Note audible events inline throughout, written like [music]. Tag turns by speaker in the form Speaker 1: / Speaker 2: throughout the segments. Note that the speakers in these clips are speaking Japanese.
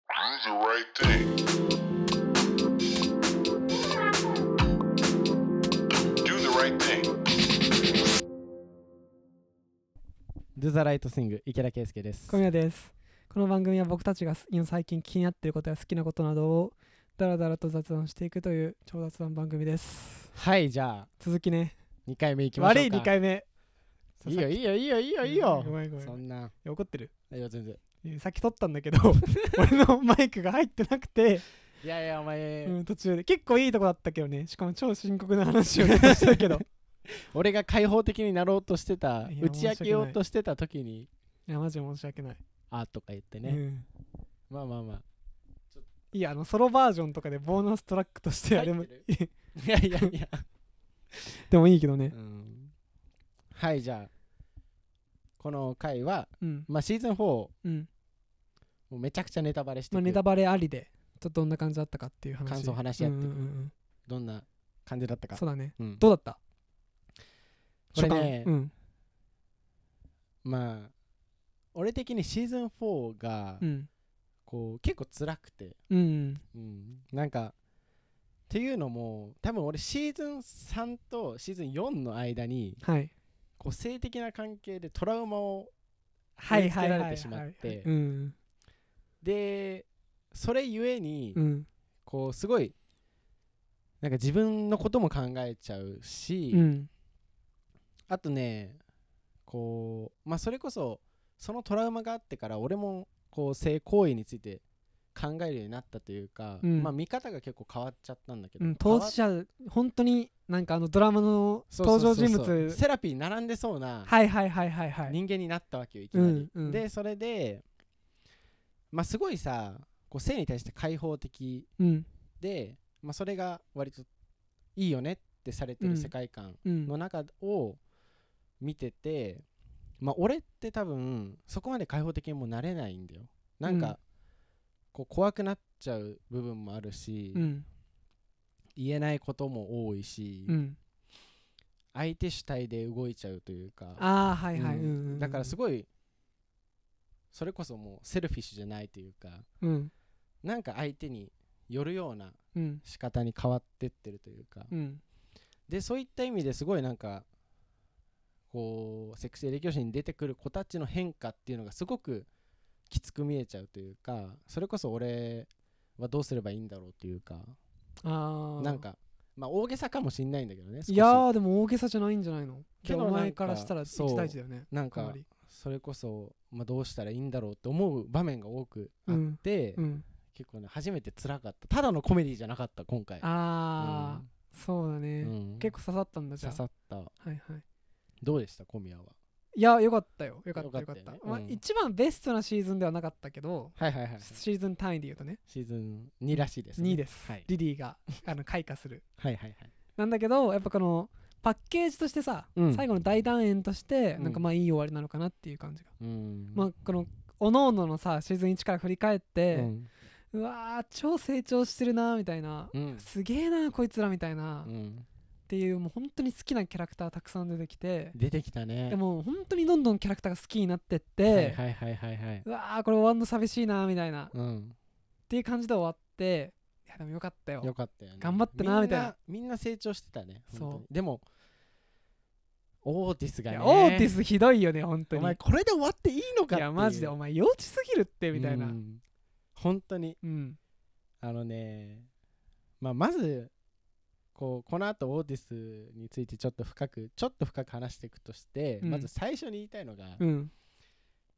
Speaker 1: do the right thing. Do the right thing.
Speaker 2: Do the right thing 池田圭介です
Speaker 3: 小宮ですこの番組は僕たちが今最近気になっていることや好きなことなどをダラダラと雑談していくという超雑談番組です
Speaker 2: はいじゃあ
Speaker 3: 続きね
Speaker 2: 2回目いきまし
Speaker 3: 悪
Speaker 2: ょ
Speaker 3: いう
Speaker 2: か
Speaker 3: 2回目
Speaker 2: いいよいいよいいよいいよいい
Speaker 3: うんご
Speaker 2: よ
Speaker 3: めんごめん
Speaker 2: そんない
Speaker 3: や怒ってる
Speaker 2: いや全然
Speaker 3: いやさっき撮ったんだけど [laughs] 俺のマイクが入ってなくて、
Speaker 2: いやいやお前、
Speaker 3: うん、途中で結構いいとこだったけどねしかも超深刻な話をねしてた
Speaker 2: [laughs]
Speaker 3: けど
Speaker 2: 俺が開放的になろうとしてた
Speaker 3: いや
Speaker 2: 打ち明けようとしてた時に
Speaker 3: いやマジ申し訳ない、
Speaker 2: あーとか言って
Speaker 3: う
Speaker 2: ね、
Speaker 3: ん
Speaker 2: まあまあまあ
Speaker 3: いやあのソロバージョンとかでボーナストラックとしてあれも
Speaker 2: 入ってるいやいやいや、
Speaker 3: [laughs] でもいいけどね
Speaker 2: うん、はいじゃあこの回は、
Speaker 3: うん
Speaker 2: まあ、シーズン4も
Speaker 3: うん
Speaker 2: うめちゃくちゃネタバレして
Speaker 3: まあ
Speaker 2: く
Speaker 3: ネタバレありでちょっとどんな感じだったかっていう話
Speaker 2: 感想を話し合っていく
Speaker 3: うんうんうん
Speaker 2: どんな感じだった
Speaker 3: うん
Speaker 2: か
Speaker 3: そうだね
Speaker 2: うん
Speaker 3: どうだった
Speaker 2: これね
Speaker 3: うん
Speaker 2: まあ俺的にシーズン4が
Speaker 3: うん
Speaker 2: こう結構辛くて、
Speaker 3: うん
Speaker 2: うん、なんかっていうのも多分俺シーズン3とシーズン4の間に
Speaker 3: はい
Speaker 2: こう性的な関係でトラウマを
Speaker 3: はい
Speaker 2: 植え付
Speaker 3: は
Speaker 2: け
Speaker 3: い
Speaker 2: られて
Speaker 3: はいはい
Speaker 2: しまって
Speaker 3: うん
Speaker 2: でそれゆえに
Speaker 3: うん
Speaker 2: こうすごいなんか自分のことも考えちゃうし、
Speaker 3: うん
Speaker 2: あとねこうまあそれこそそのトラウマがあってから俺もこう性行為について考えるようになったというか、
Speaker 3: うん
Speaker 2: まあ見方が結構変わっちゃったんだけど、
Speaker 3: うん当事者本当になんかあのドラマの
Speaker 2: そうそう
Speaker 3: 登
Speaker 2: そ
Speaker 3: 場
Speaker 2: うそう
Speaker 3: 人物
Speaker 2: セラピー並んでそうな
Speaker 3: はいはいはいはいはい
Speaker 2: 人間になったわけよいきなり、
Speaker 3: うんうん
Speaker 2: でそれでまあすごいさこう性に対して開放的
Speaker 3: うん
Speaker 2: で、まあ、それが割といいよねってされて
Speaker 3: う
Speaker 2: る
Speaker 3: ん
Speaker 2: 世界観
Speaker 3: うん
Speaker 2: の中を見てて、まあ、俺って多分そこまで開放的にもなれないんだよなんか、
Speaker 3: うん
Speaker 2: こう怖くなっちゃう部分もあるし、
Speaker 3: うん
Speaker 2: 言えないことも多いし、
Speaker 3: うん
Speaker 2: 相手主体で動いちゃうというか
Speaker 3: ああはいはい
Speaker 2: うん
Speaker 3: うんうん
Speaker 2: だからす
Speaker 3: ご
Speaker 2: ごいそれこそもうセルフィッシュじゃないというか
Speaker 3: うん
Speaker 2: なんか相手によるような
Speaker 3: うん
Speaker 2: 仕方に変わってってるというか、
Speaker 3: うん
Speaker 2: でそういった意味ですごいなんかこうセクシー霊教師に出てくる子たちの変化っていうのがすごくきつく見えちゃうというかそれこそ俺はどうすればいいんだろうというか
Speaker 3: ああ
Speaker 2: なんかまあ大げさかもしんないんだけどね少し
Speaker 3: いやーでも大げさじゃないんじゃないの
Speaker 2: けど
Speaker 3: お
Speaker 2: な
Speaker 3: 前
Speaker 2: んか
Speaker 3: からしたら
Speaker 2: そう
Speaker 3: 一大事だよね
Speaker 2: なん
Speaker 3: かな
Speaker 2: か
Speaker 3: り
Speaker 2: それこそ、まあ、どうしたらいいんだろうって思う場面が多くあ
Speaker 3: う
Speaker 2: っ
Speaker 3: ん
Speaker 2: て、
Speaker 3: うん
Speaker 2: 結構ね初めて辛かったただのコメディじゃなかった今回
Speaker 3: ああそうだ
Speaker 2: うん
Speaker 3: ね
Speaker 2: うん
Speaker 3: 結構刺さったんだじゃ
Speaker 2: 刺さ
Speaker 3: あ
Speaker 2: った
Speaker 3: はいはい
Speaker 2: どうでした小宮は
Speaker 3: はいやよかったよよかった
Speaker 2: よ
Speaker 3: よ
Speaker 2: か
Speaker 3: か
Speaker 2: っ
Speaker 3: ったた
Speaker 2: よね
Speaker 3: まあ
Speaker 2: うん
Speaker 3: 一番ベストなシーズンではなかったけど
Speaker 2: はいはいはい
Speaker 3: シーズン単位で言うとね
Speaker 2: シーズン2らしいですね
Speaker 3: 2です
Speaker 2: はい
Speaker 3: リリーがあの開花する
Speaker 2: はいはいはい
Speaker 3: なんだけどやっぱこのパッケージとしてさ
Speaker 2: うん
Speaker 3: 最後の大団円として
Speaker 2: うん
Speaker 3: なんかまあいい終わりなのかなっていう感じが
Speaker 2: うん
Speaker 3: まあこのおのののさシーズン1から振り返っ
Speaker 2: う
Speaker 3: て
Speaker 2: ん
Speaker 3: うわー超成長してるなーみたいな
Speaker 2: うん
Speaker 3: すげえなこいつらみたいな
Speaker 2: う
Speaker 3: っ
Speaker 2: ん
Speaker 3: ていうもう本当に好きなキャラクターたくさん出てきて
Speaker 2: 出てきたね
Speaker 3: でも本当にどんどんキャラクターが好きになってって、
Speaker 2: はいはいはいはいはいう
Speaker 3: わーこれ終わんの寂しいなみたいな、っ
Speaker 2: うん
Speaker 3: ていう感じで終わっていやでもよかったよ
Speaker 2: よかったよね
Speaker 3: 頑張ってなみたいな
Speaker 2: みんみんな成長してたね
Speaker 3: そう
Speaker 2: 本当にでもオーティスが
Speaker 3: い
Speaker 2: ね
Speaker 3: やオーティスひどいよね本当
Speaker 2: お
Speaker 3: に
Speaker 2: 前これで終わっていいのかって
Speaker 3: い
Speaker 2: い
Speaker 3: や
Speaker 2: う
Speaker 3: マジでお前幼稚すぎるってみたいな
Speaker 2: う
Speaker 3: うん、
Speaker 2: ん本当にあのね、まあ、まずこうこの後オーティスについてちょっと深くちょっと深く話していくとして、
Speaker 3: うん
Speaker 2: まず最初に言いたいのが、
Speaker 3: うん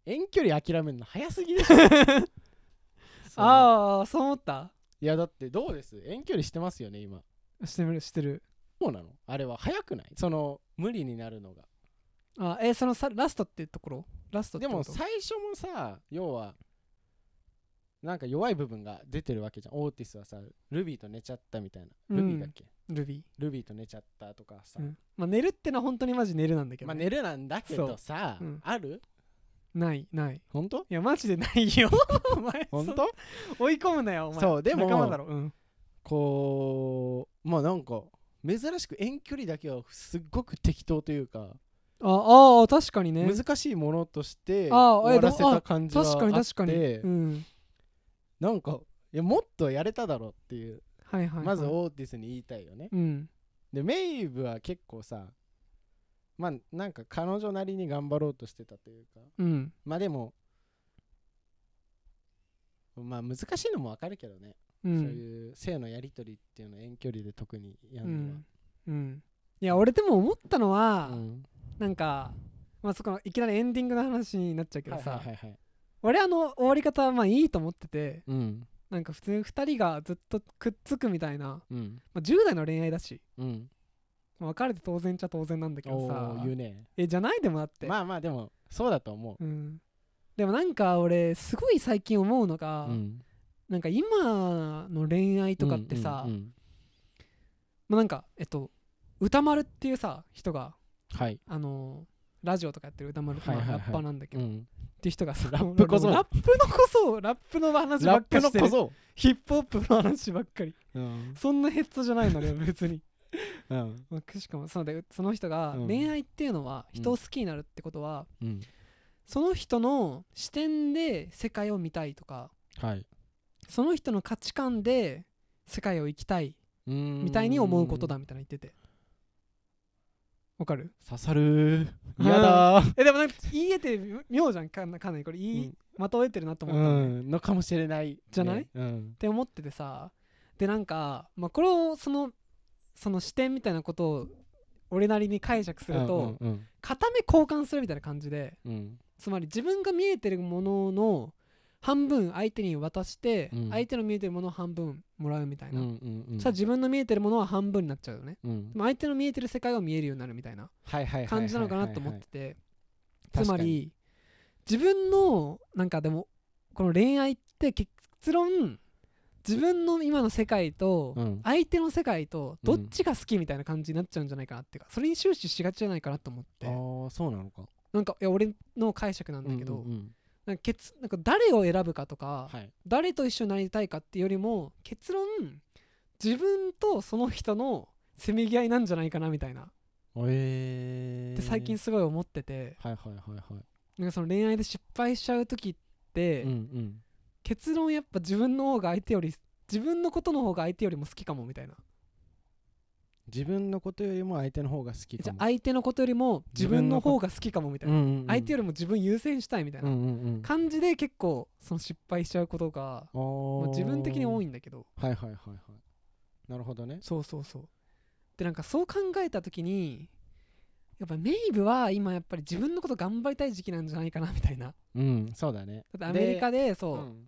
Speaker 2: 遠距離諦めるの早すぎで
Speaker 3: [laughs]
Speaker 2: しょそう
Speaker 3: ああそう思った
Speaker 2: いやだってどうです遠距離してますよね今
Speaker 3: してるしてる
Speaker 2: そうなのあれは早くないその無理になるのが
Speaker 3: あえそのさラストっていうところラストって
Speaker 2: で
Speaker 3: こ
Speaker 2: も
Speaker 3: と
Speaker 2: 最初もさ要はなんか弱い部分が出てるわけじゃんオーティスはさルビーと寝ちゃったみたいな、ルビーだっけ
Speaker 3: ルビ
Speaker 2: ルビーと寝ちゃったとかさ、
Speaker 3: ー、うんまあ、寝るってのは本当にマジ寝るなんだけど、
Speaker 2: まあ
Speaker 3: ね
Speaker 2: 寝るなんだけどさ、
Speaker 3: そううん
Speaker 2: ある
Speaker 3: ないない
Speaker 2: 本当
Speaker 3: いやマジでないよお前
Speaker 2: 本
Speaker 3: そ
Speaker 2: 当
Speaker 3: 追い込むなよお前
Speaker 2: そうでも
Speaker 3: 仲間だろうん
Speaker 2: こうまあなんか珍しく遠距離だけはすっごく適当というか、
Speaker 3: ああー確かにね
Speaker 2: 難しいものとして
Speaker 3: あー
Speaker 2: 終わらせ
Speaker 3: えど
Speaker 2: た感じはあって
Speaker 3: 確かに確かにうん
Speaker 2: なんかいやもっとやれただろっていう、
Speaker 3: はいはいはい
Speaker 2: まずオーティスに言いたいよね
Speaker 3: うん
Speaker 2: でメイブは結構さまあなんか彼女なりに頑張ろうとしてたというか
Speaker 3: うん
Speaker 2: まあでもまあ難しいのもわかるけどね、
Speaker 3: う
Speaker 2: そうんいう性のやり取りっていうの遠距離で特にや
Speaker 3: う
Speaker 2: るのは
Speaker 3: ん、うんいや俺でも思ったのは、
Speaker 2: うん
Speaker 3: なんかまあそこいきなりエンディングの話になっちゃうけどさ、
Speaker 2: はいはいはいはい
Speaker 3: 俺あの終わり方はまあいいと思ってて
Speaker 2: うん
Speaker 3: なんか普通に2人がずっとくっつくみたいな、
Speaker 2: うん
Speaker 3: まあ、10代の恋愛だし
Speaker 2: うん
Speaker 3: まあ別れて当然っちゃ当然なんだけ
Speaker 2: お
Speaker 3: ど
Speaker 2: お
Speaker 3: さ
Speaker 2: ー言うね
Speaker 3: えじゃないでもだって、
Speaker 2: まあまあでもそうだと思
Speaker 3: うん、でもなんか俺すごい最近思うの
Speaker 2: う
Speaker 3: が、
Speaker 2: うん
Speaker 3: なんか今の恋愛とかってさ、
Speaker 2: うんうんうん
Speaker 3: まあ、なんかえっと歌丸っていうさ人が
Speaker 2: はい
Speaker 3: あのーラジオとかやってる歌丸って
Speaker 2: はい
Speaker 3: まあ
Speaker 2: はいはい
Speaker 3: ラッパーなんだけど、
Speaker 2: うん
Speaker 3: っていう人がさ
Speaker 2: ラップこそ
Speaker 3: ラップのこそラップの話ば
Speaker 2: ラッ
Speaker 3: っか
Speaker 2: プ
Speaker 3: り
Speaker 2: の
Speaker 3: して
Speaker 2: 小
Speaker 3: る
Speaker 2: 僧
Speaker 3: ヒップホップの話ばっかり
Speaker 2: うん
Speaker 3: そんなヘッドじゃないの
Speaker 2: [laughs]
Speaker 3: よ別に、
Speaker 2: うん
Speaker 3: まあくしくもそのでその人が
Speaker 2: うん
Speaker 3: 恋愛っていうのは
Speaker 2: うん
Speaker 3: 人を好きになるってことは、
Speaker 2: うん
Speaker 3: その人の視点で世界を見たいとか
Speaker 2: はい
Speaker 3: その人の価値観で世界を生きたいみ
Speaker 2: み
Speaker 3: たいに思うことだみたいな言っててわかる
Speaker 2: 刺さるー嫌だー
Speaker 3: えでもなんか言い得てみ妙じゃんかなかなりこれ言い、
Speaker 2: うん
Speaker 3: まとえてるなと思ったのね、っ
Speaker 2: うんのかもしれない
Speaker 3: じゃない
Speaker 2: ねうん
Speaker 3: て思っててさでなんか、まあ、これをそのその視点みたいなことを俺なりに解釈すると、
Speaker 2: うんうん
Speaker 3: 片目交換するみたいな感じで
Speaker 2: うん
Speaker 3: つまり自分が見えてるものの半分相手に渡して、
Speaker 2: うん
Speaker 3: 相手の見えてるものを半分もらうみたい
Speaker 2: うんう
Speaker 3: な、
Speaker 2: んうんうん
Speaker 3: そしたら自分の見えてるものは半分になっちゃうよね
Speaker 2: うん
Speaker 3: でも相手の見えてる世界が見えるようになるみたいな
Speaker 2: はいはいはいはいはいはい
Speaker 3: 感じなのかなと思っててつ
Speaker 2: 確か
Speaker 3: ま
Speaker 2: に
Speaker 3: り自分のなんかでもこの恋愛って結論自分の今の世界と
Speaker 2: うん
Speaker 3: 相手の世界と
Speaker 2: う
Speaker 3: ど
Speaker 2: ん
Speaker 3: っちが好きみたいな感じになっちゃうんじゃないかなっていうかそれに終始しがちじゃないかなと思っ
Speaker 2: あ
Speaker 3: て
Speaker 2: ーそうなのか
Speaker 3: なんかいや俺の解釈なんだけ
Speaker 2: う
Speaker 3: ど
Speaker 2: んうんうん
Speaker 3: なんか結なんか誰を選ぶかとか
Speaker 2: はい
Speaker 3: 誰と一緒になりたいかっていうよりも結論自分とその人のせめぎ合いなんじゃないかなみたいな
Speaker 2: え
Speaker 3: っ
Speaker 2: ー
Speaker 3: て最近すごい思ってて
Speaker 2: はいはいはいは
Speaker 3: なんかその恋愛で失敗しちゃう時って、
Speaker 2: いうんうん
Speaker 3: 結論やっぱ自分の方が相手より自分のことの方が相手よりも好きかもみたいな
Speaker 2: 自分のことよりも相手の方が好き
Speaker 3: じ
Speaker 2: か
Speaker 3: ゃあ
Speaker 2: も
Speaker 3: 相手のことよりも自分の方が好きかもみたいな、
Speaker 2: うんうんうん
Speaker 3: 相手よりも自分優先したいみたいな
Speaker 2: うんうんうん
Speaker 3: 感じで結構その失敗しちゃうことが、
Speaker 2: あー
Speaker 3: まあ自分的に多
Speaker 2: はい
Speaker 3: いんだけど
Speaker 2: はいはいはいなるほどね
Speaker 3: そうそうそうでなんかそう考えた時にやっぱメイブは今やっぱり自分のこと頑張りたい時期なんじゃないかなみたいなだ
Speaker 2: うんそうだね
Speaker 3: ってアメリカでそうう、
Speaker 2: ん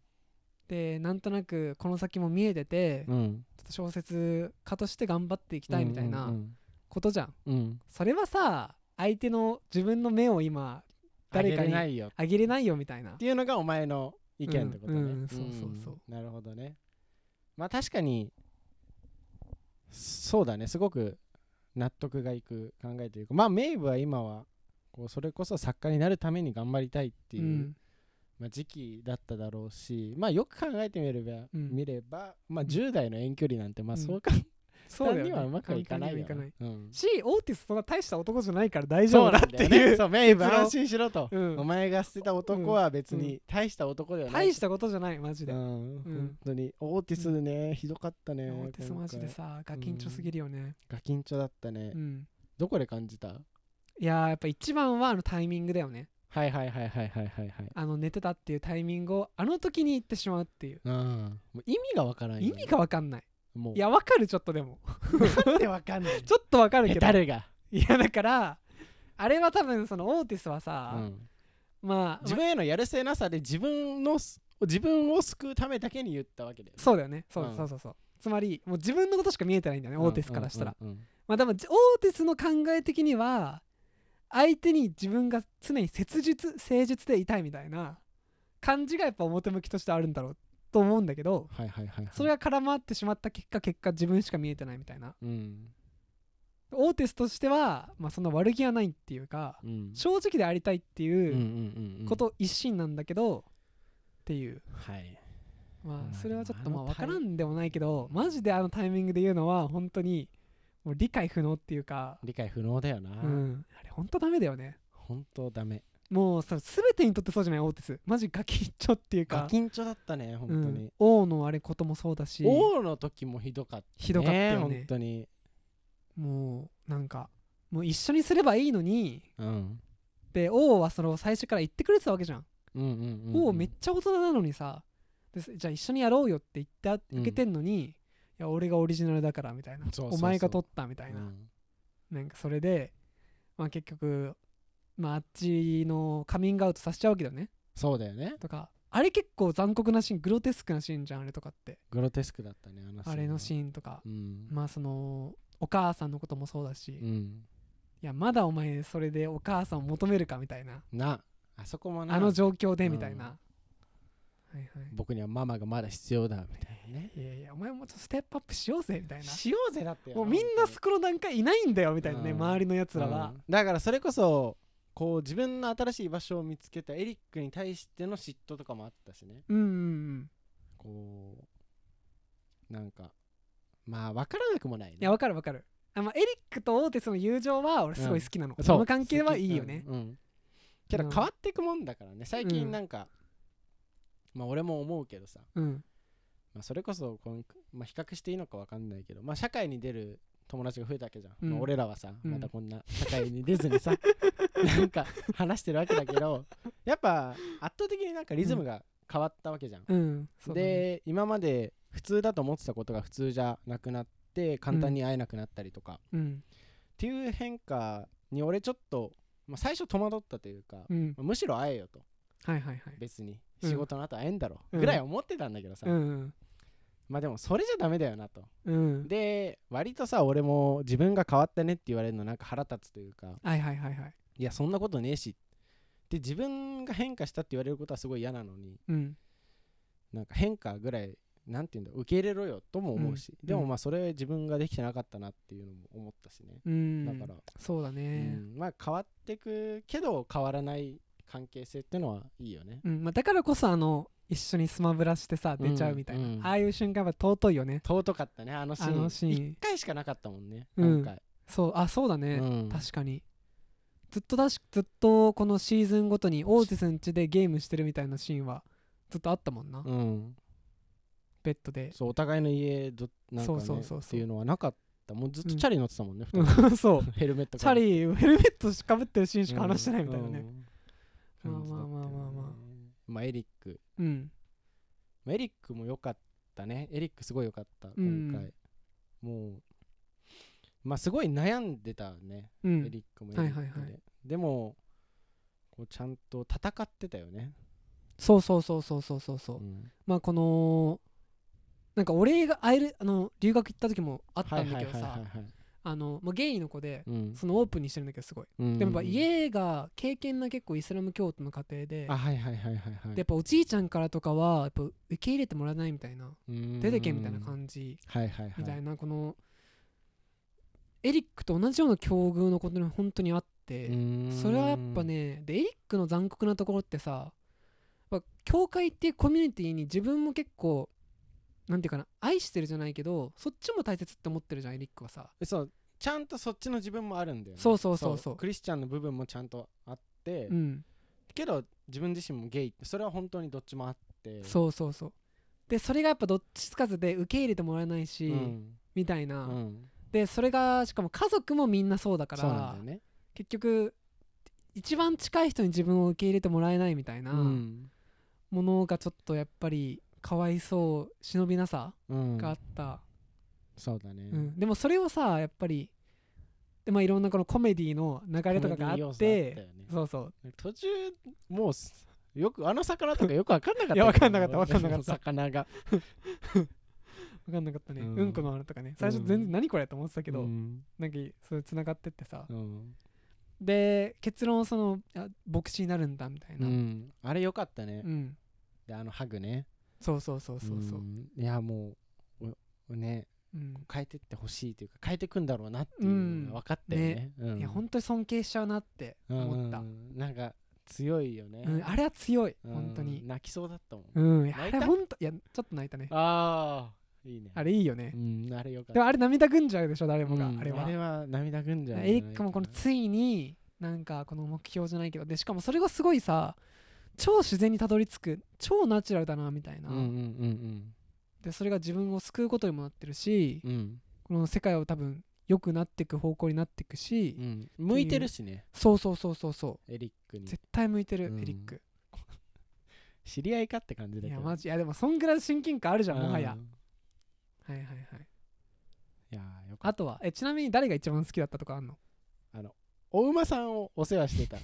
Speaker 3: でなんとなくこの先も見えてて、
Speaker 2: うん
Speaker 3: ちょっと小説家として頑張っていきたいみたい
Speaker 2: うんう
Speaker 3: なんことじゃん,、
Speaker 2: うんうん
Speaker 3: それはさ相手の自分の目を今
Speaker 2: 誰
Speaker 3: 誰か
Speaker 2: か
Speaker 3: に
Speaker 2: にないよっ
Speaker 3: あげれないよみたいな
Speaker 2: ていうのがお前の意見ってことね、
Speaker 3: うんうんそうそうそうん
Speaker 2: なるほどねまあ確かにそうだねすごく納得がいく考えというかまあメイブは今はこうそれこそ作家になるために頑張りたいっていう、
Speaker 3: うん
Speaker 2: まあ、時期だっただろうしまあよく考えてみれば、
Speaker 3: うん
Speaker 2: 見ればまあ10代の遠距離なんてまあ
Speaker 3: うん
Speaker 2: そう簡
Speaker 3: そうだ
Speaker 2: 単
Speaker 3: よね
Speaker 2: にはうまくはいかないよ、
Speaker 3: 簡単にはいか
Speaker 2: うん
Speaker 3: ないしオーティスそんな大した男じゃないから大丈
Speaker 2: そう
Speaker 3: 夫だ
Speaker 2: なん
Speaker 3: って
Speaker 2: だよ
Speaker 3: いう
Speaker 2: ねそうメイブ
Speaker 3: 結論
Speaker 2: 安心しろと、
Speaker 3: うん
Speaker 2: お前が捨てた男は別に大した男ではない
Speaker 3: 大したことじゃないマジで、
Speaker 2: うん、
Speaker 3: うん
Speaker 2: 本当にオーティスね、ひどかったね
Speaker 3: オーティスマジで
Speaker 2: 今
Speaker 3: さガキンチョすぎるよね、
Speaker 2: 回ガキンチョだったね、
Speaker 3: うん
Speaker 2: どこで感じた
Speaker 3: いやーやっぱ一番はあのタイミングだよね
Speaker 2: はいはいはいはいはいはいはい
Speaker 3: あの寝てたっていうタイミングをあの時に言ってしまうっていう
Speaker 2: うんもう意味がわからん
Speaker 3: 意
Speaker 2: よ
Speaker 3: 味がわかんない
Speaker 2: もう
Speaker 3: いやわかるちょっとでも
Speaker 2: なんでわかんない
Speaker 3: [laughs] ちょっとわかる
Speaker 2: ヘ
Speaker 3: けど
Speaker 2: タレが、
Speaker 3: いやだからあれは多分そのオーティスはさ
Speaker 2: う、ん
Speaker 3: まあ
Speaker 2: 自分へのやるせなさで自分のす自分を救うためだけに言ったわけで、ね、
Speaker 3: そうだよねそう,、
Speaker 2: うん
Speaker 3: そうそうそうつまりもう自分のことしか見えてないんだよね、オーティスからしたら、
Speaker 2: うんうん
Speaker 3: まあでもじオーティスの考え的には相手に自分が常に切実誠実でいたいみたいな感じがやっぱ表向きとしてあるんだろうと思うんだけど
Speaker 2: はいはいはい、はい、
Speaker 3: それが絡まってしまった結果結果自分しか見えてないみたいな
Speaker 2: うん
Speaker 3: オーティスとしては、まあ、そんな悪気はないっていうか
Speaker 2: うん
Speaker 3: 正直でありたいって
Speaker 2: うんうん
Speaker 3: いう
Speaker 2: うんうん
Speaker 3: こと一心なんだけど、っていう
Speaker 2: はい
Speaker 3: ま
Speaker 2: ま
Speaker 3: あ
Speaker 2: あ
Speaker 3: それはちょっとまあ
Speaker 2: でもあ
Speaker 3: 分
Speaker 2: の
Speaker 3: か
Speaker 2: タイ
Speaker 3: らんでもないけどマジであのタイミングで言うのは本当にもう理解不能っていうか
Speaker 2: 理解不能だよな、
Speaker 3: うんあれ本当ダメだよね
Speaker 2: 本当ダメ
Speaker 3: もうさ全てにとってそうじゃないオーティスマジガキ一丁っていう
Speaker 2: ガ
Speaker 3: か
Speaker 2: キンチョだったね本当
Speaker 3: うん
Speaker 2: に、
Speaker 3: 王のあれこともそうだし
Speaker 2: 王の時もひどかった、ね、
Speaker 3: ひどかったよね
Speaker 2: 本当に
Speaker 3: もうなんかもう一緒にすればいいのに
Speaker 2: うん
Speaker 3: で王はその最初から言ってくれてたわけじゃん、
Speaker 2: うんうんうん、
Speaker 3: 王めっちゃ大人なのにさでじゃあ一緒にやろうよって言ってあ
Speaker 2: うん
Speaker 3: 受けてんのに、いや俺がオリジナルだからみたいな
Speaker 2: そうそうそう
Speaker 3: お前が取ったみた
Speaker 2: ゃ
Speaker 3: いな、
Speaker 2: うん
Speaker 3: なんかそれでまあ結局まああっちのカミングアウトさせちゃうわけだよね
Speaker 2: そうだよね
Speaker 3: とかあれ結構残酷なシーングロテスクなシーンじゃんあれとかって
Speaker 2: グロテスクだったねあの
Speaker 3: あれのシ
Speaker 2: ーン
Speaker 3: ーンとか
Speaker 2: はうん、
Speaker 3: まあそのお母さんのこともそうだし、
Speaker 2: う
Speaker 3: い
Speaker 2: ん、
Speaker 3: やまだお前それでお母さんを求めるかみたいな
Speaker 2: なあそこもな
Speaker 3: あの状況でみたいな、はいは
Speaker 2: 僕にはママがまだ必要だみたいなね
Speaker 3: いいやいやお前もちょっとステップアップしようぜみたいな
Speaker 2: しようぜだって
Speaker 3: もうみんな
Speaker 2: っ
Speaker 3: そこの段階いないんだよみたいなね、
Speaker 2: うん
Speaker 3: 周りのやつらは、
Speaker 2: だからそれこそこう自分の新しい居場所を見つけたエリックに対しての嫉妬とかもあったしね
Speaker 3: うん、うんうん
Speaker 2: こうなんかまあ分からなくもないね
Speaker 3: いやわかるわかるあ、まあ、エリックとオーテスの友情は俺すごい好きなの、
Speaker 2: そう
Speaker 3: この関係はいいよね、
Speaker 2: 好きうんうんけど
Speaker 3: うん
Speaker 2: 変わっていくもんだからね最
Speaker 3: うん
Speaker 2: 近なんか、まあ俺も思うけどさ、
Speaker 3: うん
Speaker 2: まあ、それこそこん、まあ、比較していいのか分かんないけど、まあ、社会に出る友達が増えたわけじゃん、
Speaker 3: うん
Speaker 2: まあ俺らはさ
Speaker 3: うん
Speaker 2: またこんな社会に出ずにさ、
Speaker 3: [laughs]
Speaker 2: なんか話してるわけだけどやっぱ圧倒的になんかリズムが変わったわけじゃん、
Speaker 3: うんそうだね
Speaker 2: で今まで普通だと思ってたことが普通じゃなくなって簡単に会えなくなったりとか、
Speaker 3: うん
Speaker 2: っていう変化に俺ちょっと、まあ、最初戸惑ったというか、
Speaker 3: うん
Speaker 2: まあむしろ会えよと
Speaker 3: はいはいはい
Speaker 2: 別に
Speaker 3: うん
Speaker 2: 仕事の後会えんだろ、
Speaker 3: うん
Speaker 2: ぐらい思ってたんだけどさ、
Speaker 3: うん
Speaker 2: まあでもそれじゃダメだよなと
Speaker 3: うん
Speaker 2: で割とさ俺も自分が変わったねって言われるのなんか腹立つというか
Speaker 3: はいはいはいはい
Speaker 2: いやそんなことねえしで自分が変化したって言われることはすごい嫌なのに
Speaker 3: うん
Speaker 2: なんか変化ぐらいなんていうんだ受け入れろよとも思うし、
Speaker 3: うん
Speaker 2: でもまあそれ自分ができてなかったなっていうのも思ったしね、
Speaker 3: うん
Speaker 2: だから、
Speaker 3: そうだ
Speaker 2: う
Speaker 3: ね、
Speaker 2: ん、まあ変わってくけど変わらない関係性ってのはいいよね
Speaker 3: うんまあ、だからこそあの一緒にスマブラしてさ
Speaker 2: うん
Speaker 3: 出ちゃうみたいな、
Speaker 2: うん
Speaker 3: ああいう瞬間は尊いよね
Speaker 2: 尊かったねあのシー
Speaker 3: あ
Speaker 2: ン
Speaker 3: のシーン
Speaker 2: 1回しかなかったもんね、
Speaker 3: うん
Speaker 2: 今回、
Speaker 3: そうあそうだね、
Speaker 2: うん
Speaker 3: 確かにずっとだしずっとこのシーズンごとにオーティスん家でゲームしてるみたいなシーンはずっとあったもんな、
Speaker 2: うん、
Speaker 3: ベッドで
Speaker 2: そうお互いの家どなんか、ね、
Speaker 3: そうそうそうそう
Speaker 2: っていうのはなかったもうずっとチャリ乗ってたもんね、
Speaker 3: う
Speaker 2: 二人
Speaker 3: ん [laughs] そう
Speaker 2: ヘルメット
Speaker 3: チャ
Speaker 2: かぶって
Speaker 3: リヘルメットしかぶってるシーンしか話してないみたいなね
Speaker 2: うんうん
Speaker 3: まあまあまあまあまあ
Speaker 2: 感じだったよねまあエリック、
Speaker 3: うん
Speaker 2: まあ、エリックも良かったねエリックすごい良かった
Speaker 3: ん
Speaker 2: 今回、もうまあすごい悩んでたね、
Speaker 3: うん、
Speaker 2: エリックもエリックで、
Speaker 3: はいはいはい
Speaker 2: でもこうちゃんと戦ってたよね、
Speaker 3: そうそうそうそうそうそうそう、
Speaker 2: うん
Speaker 3: まあこのなんか俺が会えるあの留学行った時もあったんだけ
Speaker 2: はいは
Speaker 3: ど
Speaker 2: い
Speaker 3: さ
Speaker 2: はいはいはい
Speaker 3: あの、まあ、ゲイの子で、
Speaker 2: うん
Speaker 3: そのオープンにしてるんだけどすごい、
Speaker 2: うん
Speaker 3: でもやっぱ家が経験な結構イスラム教徒の家庭で
Speaker 2: あはいはいはいはいはい
Speaker 3: でやっぱおじいちゃんからとかはやっぱ受け入れてもらえないみたいな出
Speaker 2: 出
Speaker 3: てけみたいな感じ
Speaker 2: はいはいはい
Speaker 3: みたいなこのエリックと同じような境遇のことに本当にあってそれはやっぱねでエリックの残酷なところってさやっぱ教会っていうコミュニティに自分も結構なんていうかな愛してるじゃないけどそっちも大切って思ってるじゃんエリックはさ
Speaker 2: そうちゃんとそっちの自分もあるんだよね
Speaker 3: そうそうそうそう
Speaker 2: クリスチャンの部分もちゃんとあって、
Speaker 3: うん
Speaker 2: けど自分自身もゲイってそれは本当にどっちもあって
Speaker 3: そうそうそうでそれがやっぱどっちつかずで受け入れてもらえないし、
Speaker 2: うん
Speaker 3: みたいな、
Speaker 2: うん
Speaker 3: でそれがしかも家族もみんなそうだから
Speaker 2: そうなんだよね
Speaker 3: 結局一番近い人に自分を受け入れてもらえないみたいな
Speaker 2: うん
Speaker 3: ものがちょっとやっぱりかわいそう忍びなさ
Speaker 2: うん
Speaker 3: があった、
Speaker 2: そうだね
Speaker 3: うんでもそれをさやっぱりで、まあ、いろんなこのコメディの流れとかがあ
Speaker 2: コメディ要素
Speaker 3: っ
Speaker 2: あった
Speaker 3: て
Speaker 2: よね
Speaker 3: そうそう
Speaker 2: 途中もうすよくあの魚とかよく分かんなかった
Speaker 3: いや分かんなかった分かんなかった
Speaker 2: 魚が
Speaker 3: 分かんなかったね、う、
Speaker 2: うんん
Speaker 3: このあれとかね最初全
Speaker 2: う
Speaker 3: 然何これと思ってたけど、
Speaker 2: うん
Speaker 3: なんかそれ繋がってってさ、
Speaker 2: うん
Speaker 3: で結論そのあ牧師になるんだみたいうな、うん
Speaker 2: んあれよかったねであのハグね
Speaker 3: そうそうそうそうそう、
Speaker 2: んいやもうおね
Speaker 3: うん
Speaker 2: 変えてってほしいというか変えてくんだろうなっていうのが分かったよね。うん
Speaker 3: いや本当に尊敬しちゃうなって思った、
Speaker 2: うんうんなんか強いよね。
Speaker 3: うんあれは強い、
Speaker 2: うん
Speaker 3: 本当に
Speaker 2: 泣きそうだったもん。
Speaker 3: うんいやあ
Speaker 2: 泣い
Speaker 3: れ
Speaker 2: た
Speaker 3: 本当いやちょっと泣いたねあ
Speaker 2: ああいいね。
Speaker 3: れいいよね、
Speaker 2: うんあれよかった。
Speaker 3: でもあれ涙ぐんじゃうでしょ誰もが、
Speaker 2: うん
Speaker 3: あれは
Speaker 2: あれは涙ぐんじゃう
Speaker 3: エリックもこの
Speaker 2: つ
Speaker 3: ついになんかこの目標じゃないけどでしかもそれがすごいさ超自然にたどり着く超ナチュラルだなみたいな、
Speaker 2: うんうん
Speaker 3: でそれが自分を救うことにもなってるし、
Speaker 2: うんうん
Speaker 3: この世界を多分良くなっていく方向になっていくし、
Speaker 2: うん向いてるしね
Speaker 3: そうそうそうそうそ
Speaker 2: エリック
Speaker 3: う
Speaker 2: に
Speaker 3: 絶対向いてる、
Speaker 2: うん
Speaker 3: エリック
Speaker 2: 知り合いかって感じだ
Speaker 3: い
Speaker 2: けど
Speaker 3: やマジいやでもそんぐらい親近感あるじゃんもはや
Speaker 2: う、ん
Speaker 3: はいはいはい
Speaker 2: いやーよかっ
Speaker 3: あとはえちなみに誰が一番好きだったとかあんの
Speaker 2: たお馬さんをお世話
Speaker 3: [laughs]
Speaker 2: してた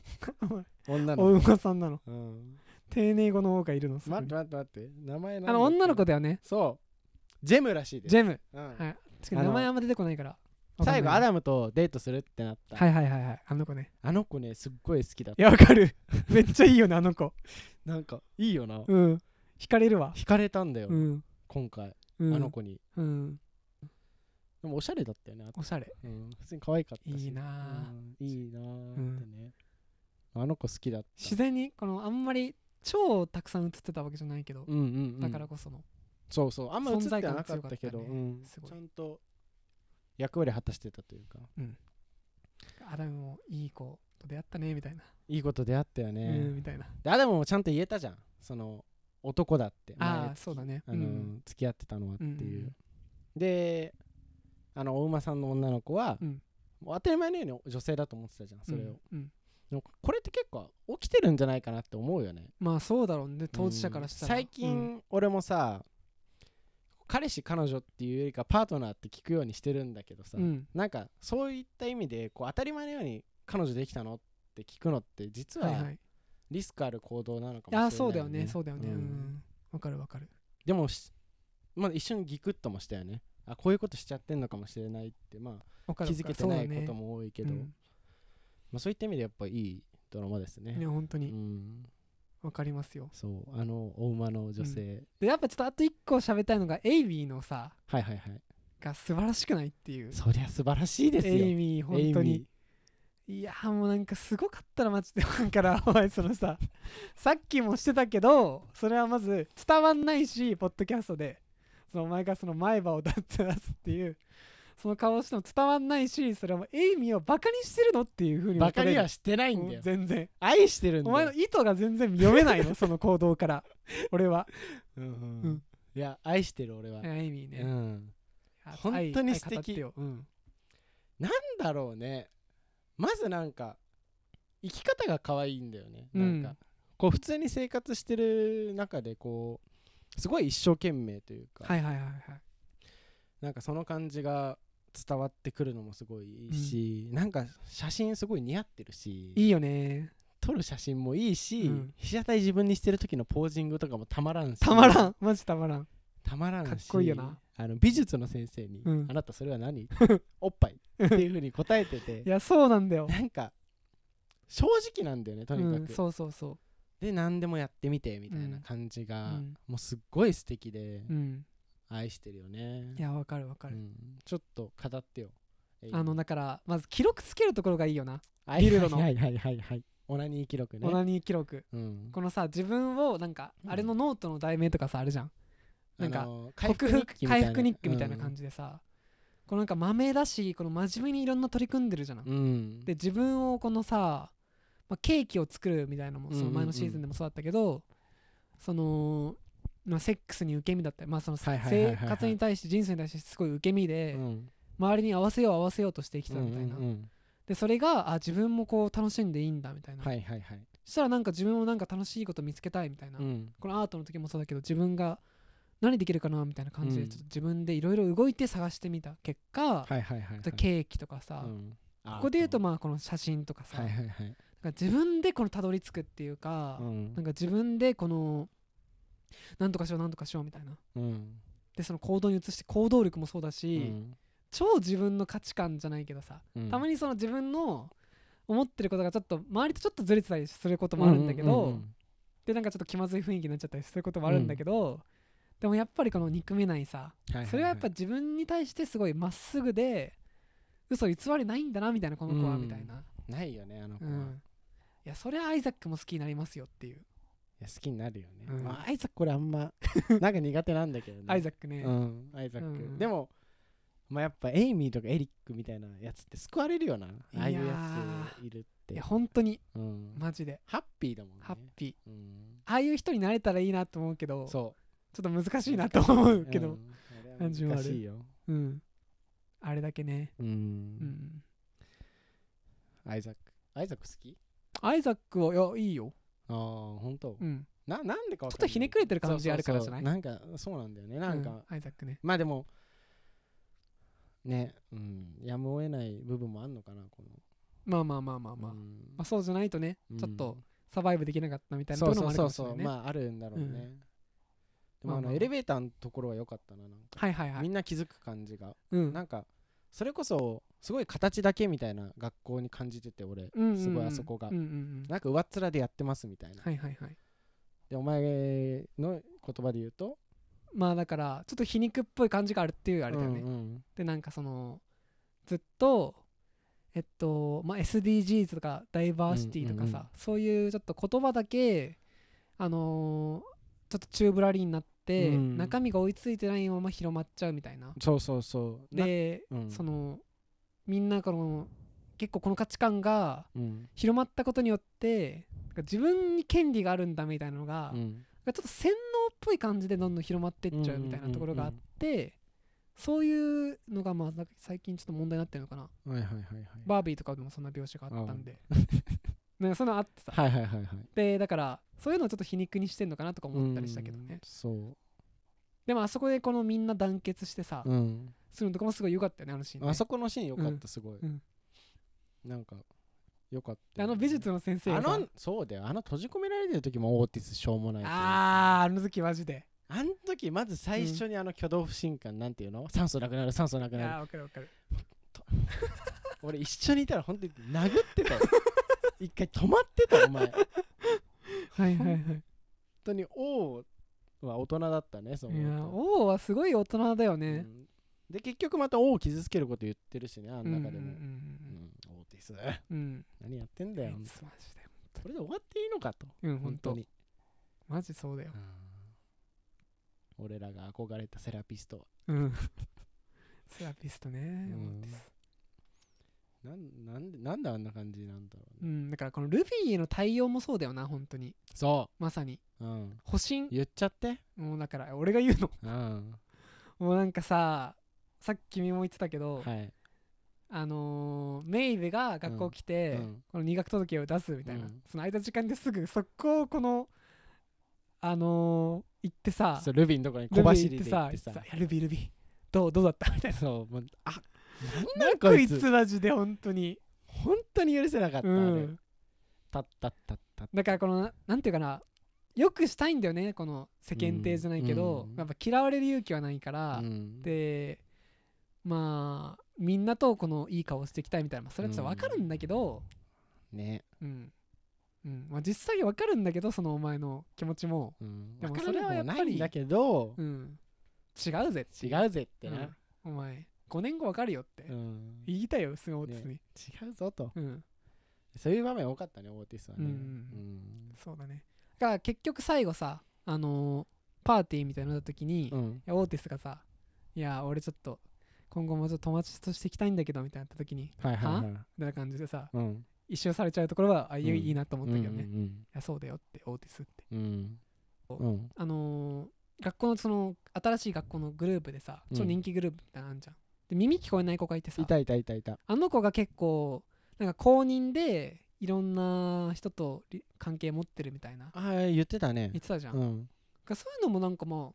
Speaker 2: 女
Speaker 3: お
Speaker 2: の
Speaker 3: 馬さんなの
Speaker 2: 子うん
Speaker 3: 丁寧語の方がいるのすごい
Speaker 2: 待って待って待って名前なんだ
Speaker 3: あ
Speaker 2: っ
Speaker 3: の
Speaker 2: け
Speaker 3: 女の子だよね
Speaker 2: そうジェムらしいです
Speaker 3: ジェム
Speaker 2: うん
Speaker 3: はい確かに名前あんま出てこないから
Speaker 2: 最後ア
Speaker 3: だ
Speaker 2: ダムとデートするってなった、
Speaker 3: はいはいはいはいあの子ね
Speaker 2: あの子ねすっごい好きだっ
Speaker 3: い
Speaker 2: た
Speaker 3: やわかる [laughs] めっちゃいいよねあの子
Speaker 2: なんかいいよな
Speaker 3: うん惹かれるわ
Speaker 2: 惹かれたんだよ、
Speaker 3: うん
Speaker 2: 今回、
Speaker 3: うん
Speaker 2: あの子に
Speaker 3: うん
Speaker 2: でもおしゃれだったよね、あと
Speaker 3: おしゃれ
Speaker 2: うん、普通に可愛かったし
Speaker 3: いいなあ
Speaker 2: うんいいなあってね、あの子好きだった
Speaker 3: 自然にこのあんまり超たくさん映ってたわけじゃないけど
Speaker 2: うんうんうん、
Speaker 3: だからこその
Speaker 2: そうそうあんま映ってはなかったけど
Speaker 3: 存在感強かったね
Speaker 2: うんち
Speaker 3: すごい
Speaker 2: ゃんと役割果たしてたというか
Speaker 3: アダムもいい子と出会ったねみたいない
Speaker 2: いこと出会ったよね、
Speaker 3: うんみたいな
Speaker 2: でアダムもちゃんと言えたじゃんその男だって
Speaker 3: あ
Speaker 2: 前
Speaker 3: あそうだね
Speaker 2: あの、
Speaker 3: うん
Speaker 2: 付き合ってたのはっていう、
Speaker 3: うんうん
Speaker 2: であのお馬さんの女の子は、
Speaker 3: うん
Speaker 2: もう当たり前のように女性だと思ってたじゃんそれを、
Speaker 3: うんうん
Speaker 2: でもこれって結構起きてるんじゃないかなって思うよね
Speaker 3: まあそうだろうね当事者からしたら
Speaker 2: 最近、俺もさ彼氏彼女っていうよりかパートナーって聞くようにしてるんだけどさ、
Speaker 3: うんうん
Speaker 2: なんかそういった意味でこう当たり前のように彼女できたのって聞くのって実
Speaker 3: はい
Speaker 2: は
Speaker 3: はい
Speaker 2: リスクある行動なのかもしれ
Speaker 3: あ
Speaker 2: ない、
Speaker 3: あそうだよねそうだよね
Speaker 2: ん
Speaker 3: うんわかるわかる
Speaker 2: でもし、まあ、一緒にギクッともしたよねあこういうことしちゃってんのかもしれないって、ま
Speaker 3: わ
Speaker 2: あ、
Speaker 3: かる
Speaker 2: 気
Speaker 3: わ
Speaker 2: づけ
Speaker 3: かる
Speaker 2: てないことも多いけど、
Speaker 3: そうだね
Speaker 2: まあ、そういった意味でやっぱいいドラマです
Speaker 3: う
Speaker 2: ね
Speaker 3: んね本当
Speaker 2: う
Speaker 3: に
Speaker 2: ん
Speaker 3: わかりますよ
Speaker 2: そうあのお馬の女性、
Speaker 3: でやっぱちょっとあと一個喋りたいのがエイミーのさ
Speaker 2: はいはいはい
Speaker 3: が素晴らしくないっていう
Speaker 2: そりゃ素晴らしいですよ
Speaker 3: エイミー本当
Speaker 2: エイ
Speaker 3: に
Speaker 2: ミ
Speaker 3: いやーもうなんかすごかったらマジでだからお前そのささっきもしてたけどそれはまず伝わんないしポッドキャストでそのお前がその前歯を出すっていうその顔をしても伝わんないしそれはもうエイミーをバカにしてるのっていうふう
Speaker 2: ー
Speaker 3: に
Speaker 2: バカには
Speaker 3: し
Speaker 2: してない
Speaker 3: なん
Speaker 2: だよ
Speaker 3: 全然
Speaker 2: 愛してるんだ
Speaker 3: お
Speaker 2: よ
Speaker 3: 前の意図が全然読めないのその行動から俺は
Speaker 2: うんうん
Speaker 3: うん
Speaker 2: いや愛してる俺は、
Speaker 3: エイミー
Speaker 2: う
Speaker 3: ね、
Speaker 2: ん
Speaker 3: あ
Speaker 2: 本当に素敵
Speaker 3: 愛語ってようん
Speaker 2: なんだろうねまずなんか生き方が可愛いんだよね、
Speaker 3: うん
Speaker 2: なんかこう普通に生活してる中でこうすごい一生懸命というか、
Speaker 3: はいはいはいはい
Speaker 2: なんかその感じが伝わってくるのもすごいいいし、なんか写真すごい似合ってるし
Speaker 3: いいよね
Speaker 2: 撮る写真もいいし、
Speaker 3: うん
Speaker 2: 被写体自分にしてる時のポージングとかもたまらんした
Speaker 3: まらんマジたまらん
Speaker 2: たまらんし
Speaker 3: かっこいいよな
Speaker 2: あの美術の先生に、
Speaker 3: うん
Speaker 2: あなたそれは何
Speaker 3: [laughs]
Speaker 2: おっぱい」っていうふうに答えてて
Speaker 3: いやそうなんだよ、
Speaker 2: なんか正直なんだよねと
Speaker 3: う
Speaker 2: にか
Speaker 3: ん、
Speaker 2: く、
Speaker 3: そうそうそう
Speaker 2: で何でもやってみてみたいな感じが、
Speaker 3: うん
Speaker 2: もうすっごい素敵で
Speaker 3: うん
Speaker 2: 愛してるよね
Speaker 3: いやわかるわか
Speaker 2: う
Speaker 3: る、
Speaker 2: んちょっと語ってよ
Speaker 3: あのだからまず記録つけるところがいいよな、
Speaker 2: あ
Speaker 3: ビルドの
Speaker 2: はいはいはいはいオナニー記録ね
Speaker 3: オナニー記録
Speaker 2: うん
Speaker 3: このさ自分をなんか、
Speaker 2: うん
Speaker 3: あれのノートの題名とかさあるじゃんなんか
Speaker 2: あの回
Speaker 3: 克
Speaker 2: 復日
Speaker 3: 服
Speaker 2: 記みたい
Speaker 3: 回
Speaker 2: な
Speaker 3: 復日記みたいな感じでさ、このなんかまめだしこの真面目にいろんな取り組んでるじゃない、
Speaker 2: うん、うん
Speaker 3: で自分をこのさ、まあ、ケーキを作るみたいなのも
Speaker 2: うんうん
Speaker 3: そ
Speaker 2: うん
Speaker 3: の前のシーズンでもそうだったけど、その、まあ、セックスに受け身だったり、まあ、その
Speaker 2: はいはいはいはい
Speaker 3: 生活に対して人生に対してすごい受け身で、
Speaker 2: うん
Speaker 3: 周りに合わせよう合わせようとして生きてたみたいな、
Speaker 2: うんうんうん
Speaker 3: でそれがあ自分もこう楽しんでいいんだみたいな、
Speaker 2: はいはいはい、
Speaker 3: そしたらなんか自分もなんか楽しいこと見つけたいみたいな、
Speaker 2: うん
Speaker 3: このアートの時もそうだけど自分が何できるかなみたいな感じ
Speaker 2: う
Speaker 3: で
Speaker 2: ん
Speaker 3: ちょっと自分でいろいろ動いて探してみた結果、
Speaker 2: はいはいはい、は
Speaker 3: あ
Speaker 2: い
Speaker 3: とケーキとかさ、
Speaker 2: うん
Speaker 3: ここで言うとまあこの写真とかさ、
Speaker 2: はいはいはい、
Speaker 3: なんか自分でこのたどり着くっていうか、
Speaker 2: うん
Speaker 3: なんか自分でこのなんとかしようなんとかしようみたいな
Speaker 2: うん
Speaker 3: でその行動に移して行動力もそうだ
Speaker 2: う
Speaker 3: し、
Speaker 2: ん
Speaker 3: 超自分の価値観じゃないけどさ、
Speaker 2: うん
Speaker 3: たまにその自分の思ってることがちょっと周りとちょっとずれてたりすることもあるんだけど、
Speaker 2: うう
Speaker 3: でなんかちょっと気まずい雰囲気になっちゃったりすることもあるんだけど、でもやっぱりこの憎めないさ
Speaker 2: うんうん
Speaker 3: それはやっぱ自分に対してすごいまっすぐで嘘偽りないんだなみたいなこの子は
Speaker 2: うん
Speaker 3: みたいな、
Speaker 2: ないよねあの子
Speaker 3: う
Speaker 2: は、
Speaker 3: んいやそれはアイザックも好きになりますよっていう、
Speaker 2: いや好きになるよね、
Speaker 3: うん
Speaker 2: まあ、 [laughs] アイザックこれあんまなんか苦手なんだけどね
Speaker 3: アイザックね、
Speaker 2: うんアイザック、
Speaker 3: うんうん
Speaker 2: でもまあやっぱエイミーとかエリックみたいなやつって救われるよなああいう
Speaker 3: いや
Speaker 2: やついるって
Speaker 3: いや本当に
Speaker 2: うん
Speaker 3: マジで
Speaker 2: ハッピーだもんね
Speaker 3: ハッピ
Speaker 2: う
Speaker 3: ー
Speaker 2: ん
Speaker 3: ああいう人になれたらいいなと思うけどちょっ
Speaker 2: そ
Speaker 3: と難しいなと思う
Speaker 2: [laughs] う
Speaker 3: けど、
Speaker 2: うんあれは難しいよ
Speaker 3: うんあれだけね、
Speaker 2: うん
Speaker 3: うん、
Speaker 2: アイザックアイザック好き
Speaker 3: アイザックはいやいいよ、
Speaker 2: ああ本当
Speaker 3: うん、
Speaker 2: ななんでかわかんない
Speaker 3: ちょっとひねくれてる感じあるからじゃない
Speaker 2: そうそうそうなんかそうなんだよねなんか、
Speaker 3: うアイザックね
Speaker 2: まあでもねうんやむを得ない部分もあんのかなこの
Speaker 3: まあまあまあまあまあ、
Speaker 2: うん
Speaker 3: まあ、そうじゃないとねちょっ
Speaker 2: う
Speaker 3: と
Speaker 2: ん
Speaker 3: サバイブできなかったみたいなと
Speaker 2: そ
Speaker 3: こ
Speaker 2: う
Speaker 3: ろ
Speaker 2: そ
Speaker 3: もあ
Speaker 2: う
Speaker 3: る
Speaker 2: そうそうまああるんだ
Speaker 3: かもしれないね
Speaker 2: ろうね、
Speaker 3: うん
Speaker 2: でもあ
Speaker 3: まあま
Speaker 2: の
Speaker 3: あ
Speaker 2: エレベーターのところは良かったななんか、
Speaker 3: はいはいは
Speaker 2: み
Speaker 3: い
Speaker 2: んな気づく感じが
Speaker 3: うん
Speaker 2: なんかそれこそすごい形だけみたいな学校に感じてて俺、
Speaker 3: うんうんうん
Speaker 2: すごいあそこが
Speaker 3: うんうんうん
Speaker 2: なんか上っ面でやってますみたいな、
Speaker 3: はいはいはい
Speaker 2: でお前の言葉で言うと
Speaker 3: まあだからちょっと皮肉っぽい感じがあるっていうあ
Speaker 2: あ
Speaker 3: れだよね、
Speaker 2: うん
Speaker 3: でなんかそのずっとえっと、まあ、SDGs とかダイバーシティとかさ、
Speaker 2: うんうん
Speaker 3: そういうちょっと言葉だけあのーちょっと宙ぶらりんになって、
Speaker 2: うん
Speaker 3: 中身が追いついてないまま広まっちゃうみたいな
Speaker 2: そうそうそうな
Speaker 3: で、
Speaker 2: うん
Speaker 3: そのみんなこの結構この価値観が
Speaker 2: うん
Speaker 3: 広まったことによってなんか自分に権利があるんだみたいなのが、
Speaker 2: うん
Speaker 3: ちょっと洗脳っぽい感じでどんどん広まってっちゃうみたいなところがあって、そういうのがまあなんか最近ちょっと問題になってるのかな
Speaker 2: はいはいはいはい
Speaker 3: バービーとかでもそんな描写があったんで、 [laughs] なんかそういうのあってさ
Speaker 2: はいはいはいはい
Speaker 3: でだからそういうのをちょっと皮肉にしてんのかなとか思ったりしたけど
Speaker 2: う
Speaker 3: ね
Speaker 2: ん、そ
Speaker 3: でもあそこでこのみんな団結してさ、
Speaker 2: ううん
Speaker 3: するのとかもすごい良かったよねあのシーンね、
Speaker 2: あそこのシーン良かっ
Speaker 3: うん
Speaker 2: たすごい、
Speaker 3: うん
Speaker 2: なんか良かった
Speaker 3: あ
Speaker 2: よね、
Speaker 3: の美術の先生
Speaker 2: あ
Speaker 3: がさ
Speaker 2: のそうだよあの閉じ込められてる時もオーティスしょうもないあ
Speaker 3: あーあの時マジで
Speaker 2: あの時まず最初にあの挙動不信感なんていうの、酸素なくなる酸素なく
Speaker 3: い
Speaker 2: なる
Speaker 3: やーわかるわかる
Speaker 2: 俺一緒にいたら本当に殴って
Speaker 3: [laughs]
Speaker 2: たよ一回止まってたお前本
Speaker 3: はいはいはい
Speaker 2: 当に王は大人だったねそ
Speaker 3: いやー
Speaker 2: の、
Speaker 3: 王はすごい大人だよ
Speaker 2: う
Speaker 3: ね、
Speaker 2: ん、で結局また王を傷つけること言ってるしねあ
Speaker 3: うんん、うんう
Speaker 2: 中でも、
Speaker 3: ん
Speaker 2: うんオーティス
Speaker 3: うんうん
Speaker 2: 何やってん
Speaker 3: あ
Speaker 2: だよ
Speaker 3: いつマジで
Speaker 2: これで終わっていいのかと
Speaker 3: うん本
Speaker 2: 本
Speaker 3: 当
Speaker 2: 当
Speaker 3: に
Speaker 2: に
Speaker 3: マジそうだよ
Speaker 2: うん俺らが憧れたセラピストは
Speaker 3: うんセラピストね
Speaker 2: うん
Speaker 3: 思ってす
Speaker 2: なんなんでなんであんな感じなんだろうね、
Speaker 3: うんだからこのルフィへの対応もそうだよな本当に
Speaker 2: そ
Speaker 3: まさに
Speaker 2: う、うん、
Speaker 3: 保身
Speaker 2: 言っちゃって
Speaker 3: もうだから俺が言うの [laughs]
Speaker 2: うん
Speaker 3: もうなんかささっき君も言ってたけど、
Speaker 2: はい
Speaker 3: あのーメイベが学校来て、
Speaker 2: うん
Speaker 3: この入学届を出すみたいな、
Speaker 2: うん
Speaker 3: その空いた時間ですぐ速攻このあのー行ってさ
Speaker 2: そうルビーのところに
Speaker 3: ル
Speaker 2: 小
Speaker 3: ビ
Speaker 2: 走
Speaker 3: ー
Speaker 2: り
Speaker 3: 行っ
Speaker 2: で行
Speaker 3: てさ
Speaker 2: ってさ
Speaker 3: いやルビールビーどうどうだったみたいな
Speaker 2: そうもうあ
Speaker 3: なん
Speaker 2: こ
Speaker 3: こ
Speaker 2: い
Speaker 3: い
Speaker 2: つ
Speaker 3: つマジで本当に
Speaker 2: 本当に許せなかった、
Speaker 3: う
Speaker 2: あれ
Speaker 3: ん
Speaker 2: たったったった
Speaker 3: だからこのななんていうかなよくしたいんだよねこの世間体じゃないけど、
Speaker 2: うん
Speaker 3: やっぱ嫌われる勇気はないから、
Speaker 2: うん
Speaker 3: でまあみんなとこのいい顔していきたいみたいなまあそれはちょっと
Speaker 2: うん
Speaker 3: 分かるんだけど
Speaker 2: ね、
Speaker 3: うん、うんまあ、実際分かるんだけどそのお前の気持ちも、
Speaker 2: うん、
Speaker 3: でも
Speaker 2: 分か
Speaker 3: それ
Speaker 2: ら
Speaker 3: は
Speaker 2: なく
Speaker 3: やっ
Speaker 2: もな
Speaker 3: ぱり
Speaker 2: いんだけど、
Speaker 3: うん、違うぜって
Speaker 2: 違うぜって
Speaker 3: う
Speaker 2: な、
Speaker 3: んお前5年後分かるよって、
Speaker 2: うん
Speaker 3: 言いたいよすごいオーティスに、
Speaker 2: 違うぞと
Speaker 3: うん
Speaker 2: そういう場面多かったねオーティスはね、
Speaker 3: うん
Speaker 2: うん
Speaker 3: そうだねだから結局最後さあのーパーティーみたいなのだった時に、
Speaker 2: うん
Speaker 3: いやオーティスがさ「いや俺ちょっと今後もちょっと友達としていきたいんだけど」みたいなった時にみ
Speaker 2: はいはいはい
Speaker 3: たいな感じでさ
Speaker 2: うん
Speaker 3: 一周されちゃうところはあいい,、
Speaker 2: うん
Speaker 3: いいなと思ったけどね、
Speaker 2: う
Speaker 3: い
Speaker 2: ん
Speaker 3: やそうだよってオーティスって
Speaker 2: うん
Speaker 3: お
Speaker 2: うんうん
Speaker 3: あのー学校のその新しい学校のグループでさ
Speaker 2: うん
Speaker 3: 超人気グループみたいなのあんじゃん、で耳聞こえない子がいてさ
Speaker 2: いたいたいたいた
Speaker 3: あの子が結構なんか公認でいろんな人とり関係持ってるみたいな
Speaker 2: ああ言ってたね
Speaker 3: 言ってたじゃん、
Speaker 2: う
Speaker 3: だか
Speaker 2: ん
Speaker 3: らそういうのもなんかま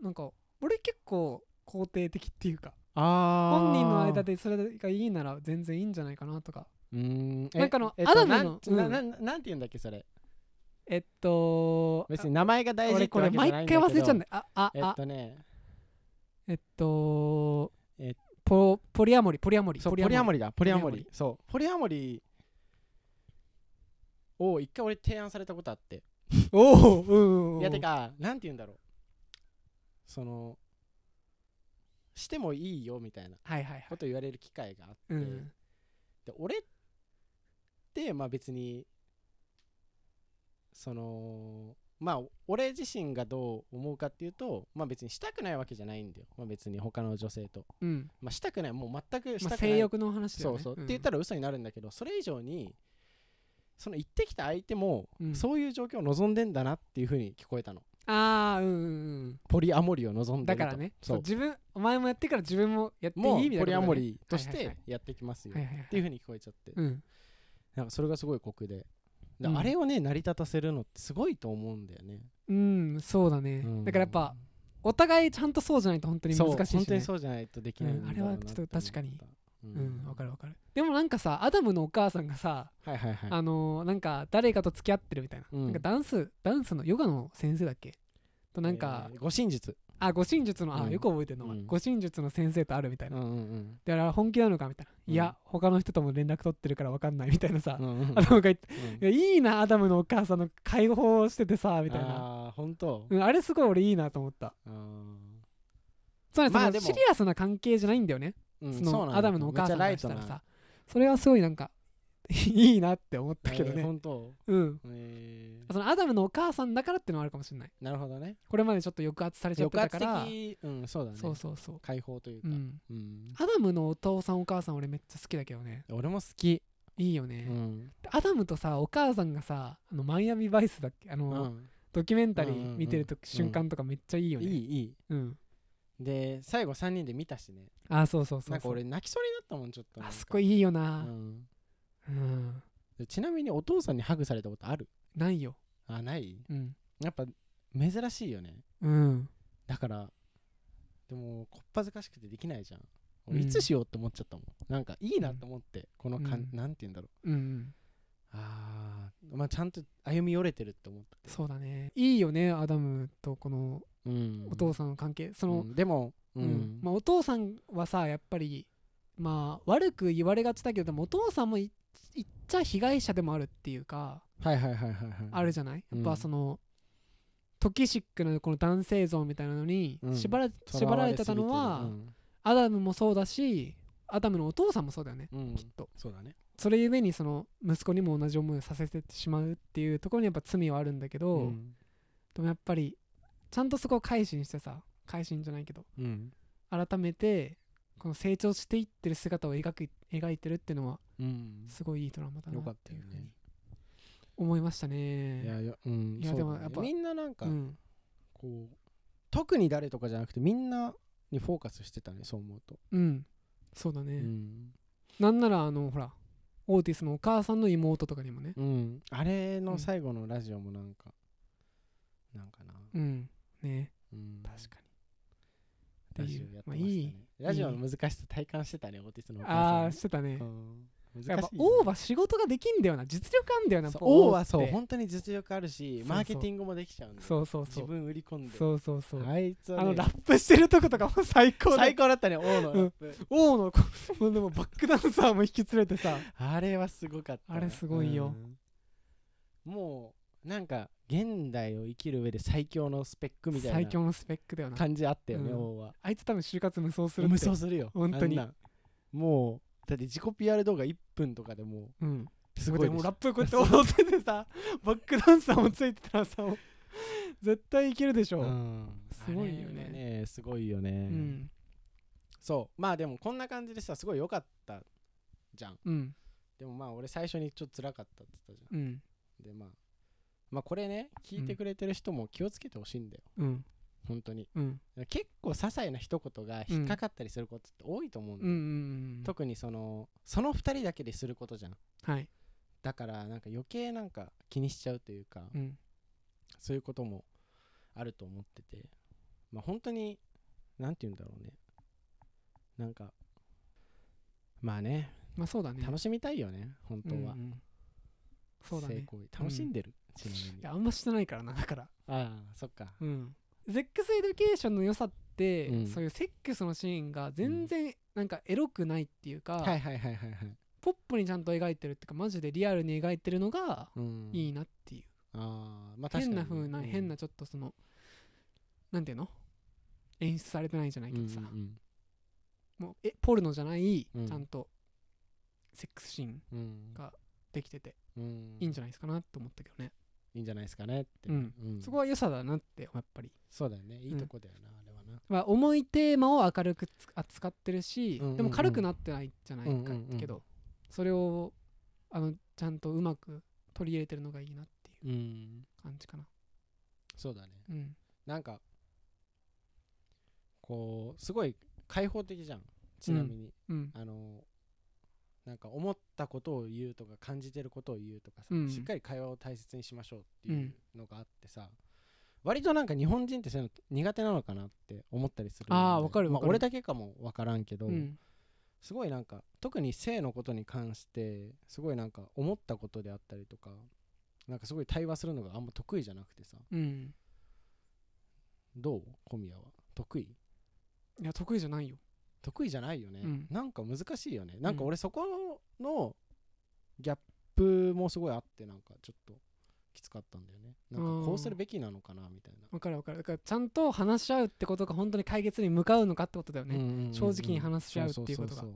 Speaker 3: あなんか俺結構肯定的っていうか
Speaker 2: ああ
Speaker 3: 本人の間でそれがいいなら全然いいんじゃないかなとか
Speaker 2: うーんえ
Speaker 3: なんかあの
Speaker 2: えっ
Speaker 3: ア
Speaker 2: と
Speaker 3: ダム
Speaker 2: な
Speaker 3: の
Speaker 2: ん
Speaker 3: うん
Speaker 2: なななんて言うんだっけそれ
Speaker 3: えっと
Speaker 2: 別に名前が
Speaker 3: あ
Speaker 2: 大事
Speaker 3: 俺
Speaker 2: って
Speaker 3: こ
Speaker 2: わ
Speaker 3: れ
Speaker 2: けじゃない
Speaker 3: 毎
Speaker 2: んだけ
Speaker 3: 回
Speaker 2: ど
Speaker 3: 忘れちゃうんだよああ
Speaker 2: え
Speaker 3: あ
Speaker 2: っとね
Speaker 3: えっと
Speaker 2: え
Speaker 3: ポポリアモリポリアモリ
Speaker 2: そうポリアモ
Speaker 3: リ
Speaker 2: リだポリアモ
Speaker 3: ポリア
Speaker 2: リそうポリアモリを一回俺提案されたことあって
Speaker 3: おおうんうんうん
Speaker 2: いやてかなんて言うんだろうそのしてもいいよみたいな
Speaker 3: はいはいは
Speaker 2: こ
Speaker 3: い
Speaker 2: と言われる機会があって、
Speaker 3: うん
Speaker 2: で俺ってまあ別にそのまあ俺自身がどう思うかっていうとまあ別にしたくないわけじゃないんだよ、まあ、別に他の女性と
Speaker 3: うん
Speaker 2: まあしたくないもう全くし
Speaker 3: まあ、
Speaker 2: たくない、
Speaker 3: 性欲の話だよ
Speaker 2: そ
Speaker 3: ね
Speaker 2: うそう、って言ったら嘘になるんだけどそれ以上にその行ってきた相手も、
Speaker 3: うん
Speaker 2: そういう状況を望んでんだなっていうふうに聞こえたの
Speaker 3: らああうんうんうん
Speaker 2: ポリアモリーを望んで
Speaker 3: だ
Speaker 2: ると
Speaker 3: からね
Speaker 2: そ
Speaker 3: そうう自分お前もやってから自分もやってい
Speaker 2: もう
Speaker 3: いみたいなこと
Speaker 2: ポリ
Speaker 3: だ
Speaker 2: ア
Speaker 3: ね
Speaker 2: モリーとし
Speaker 3: はいはいは
Speaker 2: て
Speaker 3: い
Speaker 2: やってきますよ
Speaker 3: はい
Speaker 2: っ
Speaker 3: はいはい
Speaker 2: ていうふうに聞こえちゃって
Speaker 3: うん
Speaker 2: なんかそれがすごい酷でで
Speaker 3: うん
Speaker 2: あれをね成り立たせるのってすごいと思うんだよね、
Speaker 3: うんそうだね、
Speaker 2: うん
Speaker 3: だからやっぱお互いちゃんとそうじゃないと本当に難しいし、
Speaker 2: そう本
Speaker 3: ね、
Speaker 2: 当にそうじゃないとできないんだろうな
Speaker 3: うんあれはちょっと確かに
Speaker 2: て思った
Speaker 3: うんわかるわかるでもなんかさアダムのお母さんがさ、
Speaker 2: はいはいはい
Speaker 3: あのーなんか誰かと付き合ってるみたいな,、
Speaker 2: うん
Speaker 3: なんかダンスダンスのヨガの先生だっけとなんか、
Speaker 2: えー護身術
Speaker 3: あ護身術のあ、
Speaker 2: うん
Speaker 3: よく覚えてるのは、
Speaker 2: うん
Speaker 3: 護身術の先生とあるみたい
Speaker 2: うん
Speaker 3: な、
Speaker 2: うん
Speaker 3: であれは本気なのかみたいな、
Speaker 2: うん
Speaker 3: いや他の人とも連絡取ってるから分かんないみたいなさ、 [laughs]
Speaker 2: うんうんうんうん
Speaker 3: アダムが言っていやいいなアダムのお母さんの解放しててさみたいな
Speaker 2: あー本当
Speaker 3: うんあれすごい俺いいなと思った
Speaker 2: あー
Speaker 3: つまりそ
Speaker 2: まあ
Speaker 3: の
Speaker 2: で
Speaker 3: シ
Speaker 2: も
Speaker 3: リアスな関係じゃないんだよね、
Speaker 2: うん
Speaker 3: そ
Speaker 2: そうなん
Speaker 3: の
Speaker 2: だ
Speaker 3: アダムのお母さん
Speaker 2: めっ
Speaker 3: から
Speaker 2: ち
Speaker 3: し
Speaker 2: ゃ
Speaker 3: た
Speaker 2: ライ
Speaker 3: ら
Speaker 2: トな
Speaker 3: さそれはすごいなんか [laughs] いいなって思ったけど
Speaker 2: えー
Speaker 3: ね、
Speaker 2: 本当
Speaker 3: うん
Speaker 2: えー
Speaker 3: そのアダムのお母さんだからってのはあるかもしれない
Speaker 2: なるほどね
Speaker 3: これまでちょっと抑圧されちゃって
Speaker 2: 抑
Speaker 3: た
Speaker 2: 圧
Speaker 3: から、
Speaker 2: 的うんそうだね
Speaker 3: そうそうそう、
Speaker 2: 解放という
Speaker 3: う
Speaker 2: か
Speaker 3: ん、
Speaker 2: うん
Speaker 3: アダムのお父さんお母さん俺めっちゃ好きだけどね
Speaker 2: 俺も好き
Speaker 3: いいよ
Speaker 2: う
Speaker 3: ね、
Speaker 2: ん
Speaker 3: アダムとさお母さんがさあのマイアミバイスだっけあ
Speaker 2: う
Speaker 3: の、
Speaker 2: ん
Speaker 3: ドキュメンタリ
Speaker 2: うんうんう
Speaker 3: ー
Speaker 2: ん
Speaker 3: 見てると、瞬間とかめっちゃいいよ
Speaker 2: い
Speaker 3: ね
Speaker 2: いいい
Speaker 3: うん、
Speaker 2: で最後3人で見たしね
Speaker 3: あそうそうそ
Speaker 2: な
Speaker 3: うそう
Speaker 2: んか俺泣きそうになったもんちょっとなん
Speaker 3: あ
Speaker 2: か
Speaker 3: そこいいよな
Speaker 2: うん
Speaker 3: うん、
Speaker 2: でちなみにお父さんにハグされたことある
Speaker 3: ないよ
Speaker 2: あない
Speaker 3: うん
Speaker 2: やっぱ珍しいよね
Speaker 3: うん
Speaker 2: だからでもこっぱずかしくてできないじゃん
Speaker 3: う
Speaker 2: 俺
Speaker 3: ん
Speaker 2: いつしようって思っちゃったもん、なんかいいなと思って、このかん、
Speaker 3: うん
Speaker 2: なんて言うんだろう
Speaker 3: うんうん
Speaker 2: あーまあちゃんと歩み寄れてるって思って
Speaker 3: そうだねいいよねアダムとこの
Speaker 2: うん
Speaker 3: お父さんの関係、そ
Speaker 2: さ
Speaker 3: の、
Speaker 2: でもうん、
Speaker 3: うんまあ、お父さんはさやっぱりまあ悪く言われがちだけどでもお父さんもい言っちゃ被害者でもあるっていうか、
Speaker 2: はいはいはいはいはい
Speaker 3: あるじゃないやっ
Speaker 2: うん
Speaker 3: ぱその、トキシックなこの男性像みたいなのに
Speaker 2: うん
Speaker 3: 縛ら,、縛られてたのは、
Speaker 2: 囚われすぎて
Speaker 3: アダムもそうだしアダムのお父さんもそうだよね、
Speaker 2: るうんうん
Speaker 3: きっと
Speaker 2: そうだね
Speaker 3: それゆえにその息子にも同じ思いをさせてしまうっていうところにやっぱ罪はあるんだけど、
Speaker 2: うん
Speaker 3: でもやっぱりちゃんとそこを改心してさ改心じゃないけど
Speaker 2: うん
Speaker 3: 改めてこの成長していってる姿を描く描いてるっていうのは
Speaker 2: うん
Speaker 3: すごいいいドラマだな
Speaker 2: よか
Speaker 3: っ
Speaker 2: ってた
Speaker 3: い
Speaker 2: よ
Speaker 3: う
Speaker 2: ね
Speaker 3: ふうに思いましたね
Speaker 2: いやようん
Speaker 3: いや
Speaker 2: そう
Speaker 3: でも
Speaker 2: だね
Speaker 3: やっぱ
Speaker 2: みんななんか、
Speaker 3: うん、
Speaker 2: こう特に誰とかじゃなくてみんなにフォーカスしてたねそう思うと、
Speaker 3: うん、そうだね、
Speaker 2: うん
Speaker 3: なんならあのほらオーティスのお母さんの妹とかにもね
Speaker 2: うん、あれ
Speaker 3: う
Speaker 2: の
Speaker 3: ん
Speaker 2: 最後のラジオもなんか、なんかな、
Speaker 3: うんね
Speaker 2: うん、
Speaker 3: 確か
Speaker 2: ラ
Speaker 3: にっ
Speaker 2: ジ
Speaker 3: てい
Speaker 2: オや
Speaker 3: う
Speaker 2: ってま
Speaker 3: まあ
Speaker 2: したね、
Speaker 3: いい
Speaker 2: ラジオの難しさ体感してたねオーティスのお
Speaker 3: あ
Speaker 2: 母
Speaker 3: あ
Speaker 2: さ
Speaker 3: してたね
Speaker 2: んうん難しい
Speaker 3: やっぱ
Speaker 2: よ
Speaker 3: 王は仕事ができんだよな実力あんだよな
Speaker 2: そう
Speaker 3: やっぱ
Speaker 2: 王はそう
Speaker 3: って
Speaker 2: 本当に実力あるし
Speaker 3: そうそう
Speaker 2: マーケティングもできちゃうんで
Speaker 3: そうそう
Speaker 2: 自
Speaker 3: そう
Speaker 2: 分売り込んで
Speaker 3: そうそうそう、
Speaker 2: あいつは、
Speaker 3: あ
Speaker 2: ね、
Speaker 3: のラップしてるとことかも最高だ
Speaker 2: 最高だったね王のラップ、
Speaker 3: 王のこもうでもバックダンサーも引き連れてさ
Speaker 2: あれはすごかったな
Speaker 3: あれすごいよ
Speaker 2: うんもうなんか現代を生きる上で最強のスペックみたい
Speaker 3: 最
Speaker 2: な
Speaker 3: 強のスペックだよな
Speaker 2: 感じあったよね、
Speaker 3: うん
Speaker 2: 王は
Speaker 3: あいつ多分就活無双するって
Speaker 2: 無双するよ
Speaker 3: 本当に
Speaker 2: あんなんもうだって自己 PR 動画1分とかでも
Speaker 3: うん
Speaker 2: うす
Speaker 3: す
Speaker 2: ごい
Speaker 3: ごい
Speaker 2: で
Speaker 3: もう
Speaker 2: し
Speaker 3: ラッ
Speaker 2: ょ
Speaker 3: プこうやって踊ってて [laughs] さバックダンサーもついてたらさもう絶対いけるでしょう、
Speaker 2: うん
Speaker 3: すごいよね
Speaker 2: あれはすごいよね、
Speaker 3: うん
Speaker 2: そうまあでもこんな感じでさすごい良かったじゃん
Speaker 3: うん
Speaker 2: でもまあ俺最初にちょっと辛かったって言ったじ
Speaker 3: うん
Speaker 2: ゃんでまあまあこれね聞いてくれてる人も気をつけてほしいんだよ、
Speaker 3: うん
Speaker 2: 本当に
Speaker 3: うん
Speaker 2: 結構些細な一言が引っかかったりすることって多いと思うんだ
Speaker 3: うんう
Speaker 2: よ、
Speaker 3: ん
Speaker 2: 特にそのその2人だけですることじゃん
Speaker 3: はい
Speaker 2: だからなんか余計なんか気にしちゃうというか、
Speaker 3: うん
Speaker 2: そういうこともあると思っててまあ本当に何て言うんだろうねなんかまあね
Speaker 3: まあそうだね
Speaker 2: 楽しみたいよね本当は
Speaker 3: うん、うんそうだね
Speaker 2: 性行為楽しんでる、ちなみ
Speaker 3: い
Speaker 2: に
Speaker 3: や
Speaker 2: あ
Speaker 3: あんましてないからなだから
Speaker 2: あそっか
Speaker 3: うんセックスエデュケーションの良さって、
Speaker 2: うん
Speaker 3: そういうセックスのシーンが全然なんかエロくないっていうか、
Speaker 2: はいはいはいはいはい
Speaker 3: ポップにちゃんと描いてるっていうかマジでリアルに描いてるのが
Speaker 2: うん
Speaker 3: いいなっていう、
Speaker 2: ああまあ確かに
Speaker 3: 変
Speaker 2: ね、
Speaker 3: な風な、
Speaker 2: うん
Speaker 3: 変なちょっとそのなんていうの演出されてないじゃないけどさ、
Speaker 2: うんうん
Speaker 3: もうえポルノじゃない、
Speaker 2: うん
Speaker 3: ちゃんとセックスシーン
Speaker 2: うんうん
Speaker 3: ができてて
Speaker 2: うん
Speaker 3: いいんじゃないですかなって思ったけどね
Speaker 2: いいんじゃないですかねって、
Speaker 3: うん
Speaker 2: うん
Speaker 3: そこは良さだなってやっぱり、
Speaker 2: そうだよねいい
Speaker 3: うん
Speaker 2: とこだよな、あれはな
Speaker 3: まあ、重いテーマを明るくつ扱ってるし、
Speaker 2: うんうんうん
Speaker 3: でも軽くなってないじゃないか
Speaker 2: うんうんうん
Speaker 3: けど、それをあのちゃんとうまく取り入れてるのがいいなっていう
Speaker 2: うん
Speaker 3: 感じかな
Speaker 2: そうだね
Speaker 3: うん
Speaker 2: なんかこうすごい開放的じゃんちなみに、
Speaker 3: うん
Speaker 2: あのなんか思ったことを言うとか感じてることを言うとかさ、
Speaker 3: うん
Speaker 2: しっかり会話を大切にしましょうっていうのがあってさ、割となんか日本人ってそういうの苦手なのかなって思ったりするんだよね、
Speaker 3: あーわかるわかる
Speaker 2: まあ、俺だけかもわからんけど、
Speaker 3: うん
Speaker 2: すごいなんか特に性のことに関してすごいなんか思ったことであったりとかなんかすごい対話するのがあんま得意じゃなくてさ
Speaker 3: うん
Speaker 2: どう小宮は得意
Speaker 3: いや得意じゃないよ
Speaker 2: 得意じゃないよね、
Speaker 3: うん
Speaker 2: なんか難しいよねなんか俺そこのギャップもすごいあってなんかちょっときつかったんだよねなんかこうするべきなのかなみたいな、
Speaker 3: わかるわかるだからちゃんと話し合うってことが本当に解決に向かうのかってことだよね、
Speaker 2: うんうんうんうん
Speaker 3: 正直に話し合うっていうことが
Speaker 2: そそそ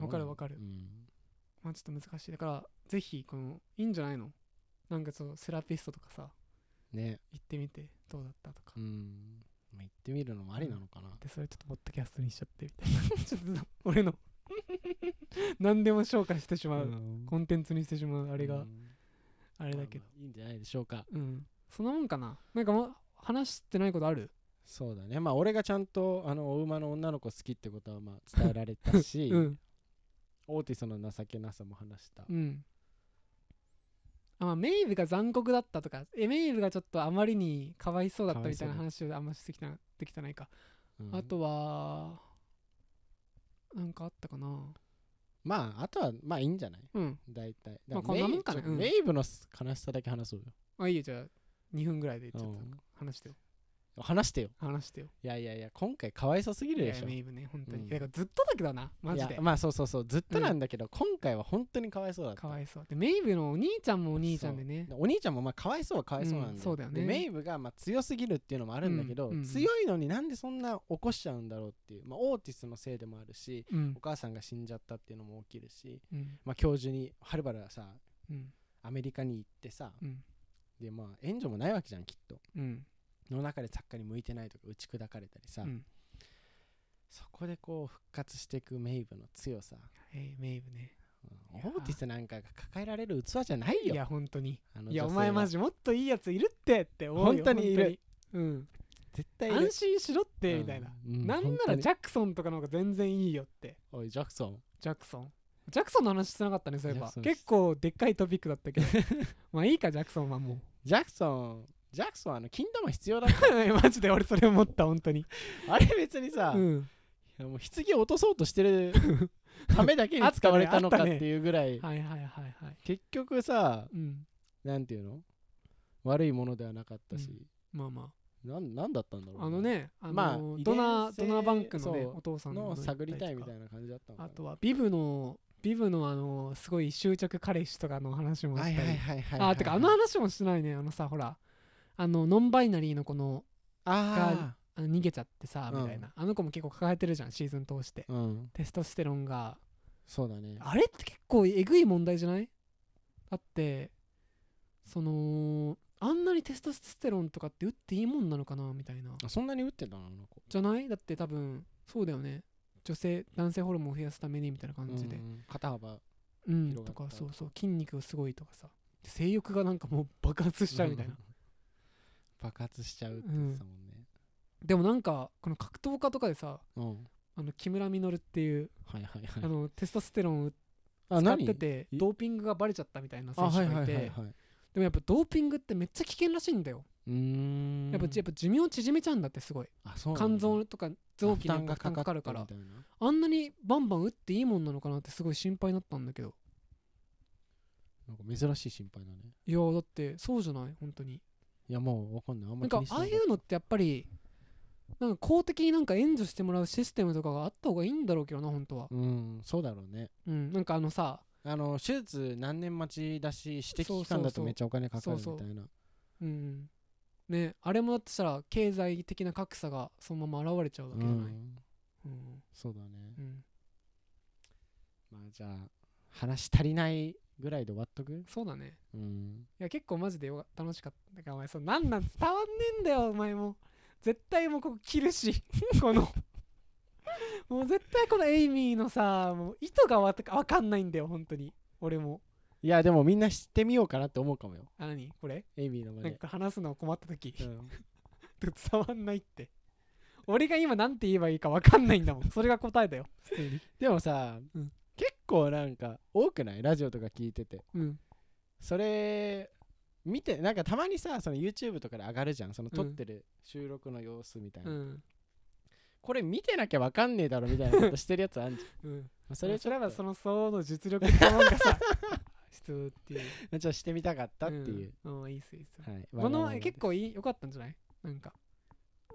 Speaker 2: そ
Speaker 3: わかるわかる
Speaker 2: うん
Speaker 3: まあちょっと難しいだからぜひこのいいんじゃないのなんかちょっとセラピストとかさ
Speaker 2: ね
Speaker 3: 行ってみてどうだったとか、
Speaker 2: うんまあ行ってみるのもありなのかな、
Speaker 3: でそれちょっとポッドキャストにしちゃってみたいな [laughs] ちょっと俺の何でも消化してしまう、
Speaker 2: うん
Speaker 3: コンテンツにしてしまうあれが、
Speaker 2: うん
Speaker 3: あれだけど
Speaker 2: まあまあいいんじゃないでしょうか
Speaker 3: うんそんなもんかななんかもう話してないことある
Speaker 2: そうだねまあ俺がちゃんとあのお馬の女の子好きってことはまあ伝えられたし、
Speaker 3: うん
Speaker 2: オーティスの情けなさも話した、
Speaker 3: うんあまあメイブが残酷だったとかえメイブがちょっとあまりにかわいそうだったみたいな
Speaker 2: かわ
Speaker 3: 話をあんましてきたできたないか、
Speaker 2: うん
Speaker 3: あとはなんかあったかな
Speaker 2: まああとはまあいいんじゃない
Speaker 3: うん
Speaker 2: 大体
Speaker 3: まあ
Speaker 2: だらメイ
Speaker 3: こんなもんか
Speaker 2: ちょ
Speaker 3: ね
Speaker 2: っと
Speaker 3: うん
Speaker 2: メイブの悲しさだけ話そうよ、
Speaker 3: あいいよじゃあ2分ぐらいでちょっ
Speaker 2: うん
Speaker 3: と話してよ
Speaker 2: 話してよ
Speaker 3: 話してよ
Speaker 2: いやいやいや今回かわいそうすぎるでしょ
Speaker 3: いやメイブね本当に、
Speaker 2: うん
Speaker 3: だからずっとだけどなマジ
Speaker 2: い
Speaker 3: で
Speaker 2: やまあそうそうそうずっとなんだけど、今回は本当にかわいそうだった
Speaker 3: かわいそうでメイブのお兄ちゃんもお兄ちゃんでね
Speaker 2: でお兄ちゃんもまあかわいそうはかわいそうなんだよ,
Speaker 3: う
Speaker 2: で、
Speaker 3: んそうだよね
Speaker 2: メイブがまあ強すぎるっていうのもあるんだけど、
Speaker 3: うんうん
Speaker 2: 強いのになんでそんな起こしちゃうんだろうっていう、まあ、オーティスのせいでもあるし
Speaker 3: うん
Speaker 2: お母さんが死んじゃったっていうのも起きるし、
Speaker 3: うん
Speaker 2: まあ、教授にはるばるさ
Speaker 3: うん
Speaker 2: アメリカに行ってさ
Speaker 3: うん
Speaker 2: でまあ援助もないわけじゃんきっと
Speaker 3: うん
Speaker 2: の中で作家に向いてないとか打ち砕かれたりさ、
Speaker 3: うん
Speaker 2: そこでこう復活していくメイブの強さ、
Speaker 3: えーメイブね
Speaker 2: うん
Speaker 3: いやー
Speaker 2: オーティスなんかが抱えられる器じゃない
Speaker 3: い
Speaker 2: よ
Speaker 3: や本当に
Speaker 2: あの
Speaker 3: いやお
Speaker 2: 女性は
Speaker 3: 前マジもっといいやついるってって思う
Speaker 2: 本
Speaker 3: よ
Speaker 2: 当にいる
Speaker 3: 本当にうん
Speaker 2: 絶対いる
Speaker 3: 安心しろって
Speaker 2: うん
Speaker 3: みたいな、
Speaker 2: うん
Speaker 3: なんならジ
Speaker 2: ャ
Speaker 3: ャクソンとかの方が全然いいよって
Speaker 2: おいジャクソン
Speaker 3: ジャクソンジャクソンの話してなかったねそういえ
Speaker 2: ジャ
Speaker 3: ば
Speaker 2: クソン
Speaker 3: 結構でっかいトピックだった
Speaker 2: [laughs]
Speaker 3: けどまあいいかジャクソンはもう
Speaker 2: ジャクソンジャクソンあの金玉必要だった
Speaker 3: マジで俺それ思った本当に
Speaker 2: あれ別にさ、
Speaker 3: [laughs] う
Speaker 2: い [laughs]
Speaker 3: ん
Speaker 2: やもう棺を落とそうとしてるためだ
Speaker 3: [laughs]
Speaker 2: けに使われたのかっていうぐらい、
Speaker 3: はいはいはいはい
Speaker 2: 結局さ
Speaker 3: うん
Speaker 2: なんていうの悪いものではなかったし、
Speaker 3: まあま
Speaker 2: なんなんだったんだろうね
Speaker 3: ああのねあの、
Speaker 2: まあ
Speaker 3: ドナ
Speaker 2: 遺伝
Speaker 3: ー
Speaker 2: 性
Speaker 3: ドナーバンクのね
Speaker 2: そう
Speaker 3: お父さん
Speaker 2: のを探りたいみた
Speaker 3: ない
Speaker 2: な感じだったのか
Speaker 3: あ
Speaker 2: な
Speaker 3: とはビブのビブのあのすごい執着彼氏とかの話もあった
Speaker 2: は
Speaker 3: り
Speaker 2: いはいはいはいはい
Speaker 3: あてかあの話もしてないねあのさほらあのノンバイナリーの子の
Speaker 2: あ
Speaker 3: あの逃げちゃってさ
Speaker 2: うん
Speaker 3: みたいな、あの子も結構抱えてるじゃんシーズン通して
Speaker 2: ーうん
Speaker 3: テストステロンが
Speaker 2: そうだね
Speaker 3: あれって結構えぐい問題じゃないだってそのあんなにテストステロンとかって打っていいもんなのかなみたいな
Speaker 2: あそんなに打ってたのあの子
Speaker 3: じゃないだって多分そうだよね女性男性ホルモンを増やすためにみたいな感じで
Speaker 2: うんうん肩幅
Speaker 3: うん、
Speaker 2: 広
Speaker 3: と
Speaker 2: がった
Speaker 3: かそうそう筋肉がすごいとかさ性欲がなんかもう爆発しちゃうみたいな
Speaker 2: [laughs] 爆発しちゃうって言ってたもんね
Speaker 3: でもなんかこの格闘家とかでさ
Speaker 2: うん
Speaker 3: あの木村実っていう
Speaker 2: はいはい
Speaker 3: あ
Speaker 2: はい
Speaker 3: のテストステロンを
Speaker 2: あ
Speaker 3: 使っ
Speaker 2: 何
Speaker 3: てて
Speaker 2: い
Speaker 3: ドーピングがバレちゃったみたいな
Speaker 2: あは
Speaker 3: 選手
Speaker 2: いは
Speaker 3: がい
Speaker 2: いはいは
Speaker 3: て
Speaker 2: いう
Speaker 3: でもやっぱドーピングってめっちゃ危険らしいんだよ
Speaker 2: ーん
Speaker 3: やっぱやっぱ寿命縮めちゃうんだってすごい
Speaker 2: あそうなんだ
Speaker 3: 肝臓とか臓器に
Speaker 2: あ
Speaker 3: やっ
Speaker 2: 負担
Speaker 3: ぱ
Speaker 2: が
Speaker 3: 負担
Speaker 2: か
Speaker 3: か
Speaker 2: か
Speaker 3: か
Speaker 2: る
Speaker 3: る
Speaker 2: か
Speaker 3: かららあんなにバンバン打っていいもんなのかなってすごい心配になったんだけど
Speaker 2: なんか珍しい心配だね
Speaker 3: いやーだってそうじゃない本当に
Speaker 2: いやもうわかんないあん
Speaker 3: な
Speaker 2: ま
Speaker 3: ん
Speaker 2: 気
Speaker 3: か
Speaker 2: にして
Speaker 3: ああ
Speaker 2: ない
Speaker 3: いうのってやっぱりなんか公的になんか援助してもらうシステムとかがあった方がいいんだろうけどな本当は
Speaker 2: うんそうだろうね
Speaker 3: うんなんかあのさ
Speaker 2: あの手術何年待ちだし指摘期
Speaker 3: そうそう
Speaker 2: 間だ
Speaker 3: そ
Speaker 2: と
Speaker 3: う
Speaker 2: めっちゃお金かかるみたい
Speaker 3: そう
Speaker 2: な
Speaker 3: そうんねあれもだってしたら経済的な格差がそのまま現れちゃうわけじゃ
Speaker 2: う
Speaker 3: ない、
Speaker 2: ん
Speaker 3: うん
Speaker 2: そうだね
Speaker 3: うん
Speaker 2: まあじゃあ話足りないぐらいで終わっとく
Speaker 3: そうだね
Speaker 2: うん
Speaker 3: いや結構マジでよか楽しかっただからお前そうなんなん伝わんねえんだよお前も絶対もうここ切るし [laughs] このもう絶対このエイミーのさもう意図がわたわかんないんだよ本当に俺も
Speaker 2: いやでもみんな知ってみようかなって思うかもよ
Speaker 3: あ何これ
Speaker 2: エイミーの場
Speaker 3: なん
Speaker 2: で、
Speaker 3: か話すの困った時
Speaker 2: うん
Speaker 3: [laughs] 伝わんないって俺が今なんて言えばいいかわかんないんだもんそれが答えだよ普通に
Speaker 2: [laughs] でもさ、
Speaker 3: うん
Speaker 2: 結構なんか多くないラジオとか聞いてて
Speaker 3: うん
Speaker 2: それ見てなんかたまにさその YouTube とかで上がるじゃんその撮ってる収録の様子みたいうな、
Speaker 3: ん
Speaker 2: これ見てなきゃわかんねえだろみたいなことしてるやつ
Speaker 3: [laughs]
Speaker 2: あんじゃん
Speaker 3: うん
Speaker 2: まあそ
Speaker 3: そ
Speaker 2: れ
Speaker 3: れ
Speaker 2: をち
Speaker 3: す
Speaker 2: ょ
Speaker 3: れ
Speaker 2: っ
Speaker 3: ば
Speaker 2: と
Speaker 3: その層の実力ってもんがさ [laughs] 必要っていう
Speaker 2: ちょっとしてみたかったっていう、
Speaker 3: うん、うんいいっすいいっす
Speaker 2: はい
Speaker 3: この
Speaker 2: 笑い
Speaker 3: 結構いい良かったんじゃないなんか、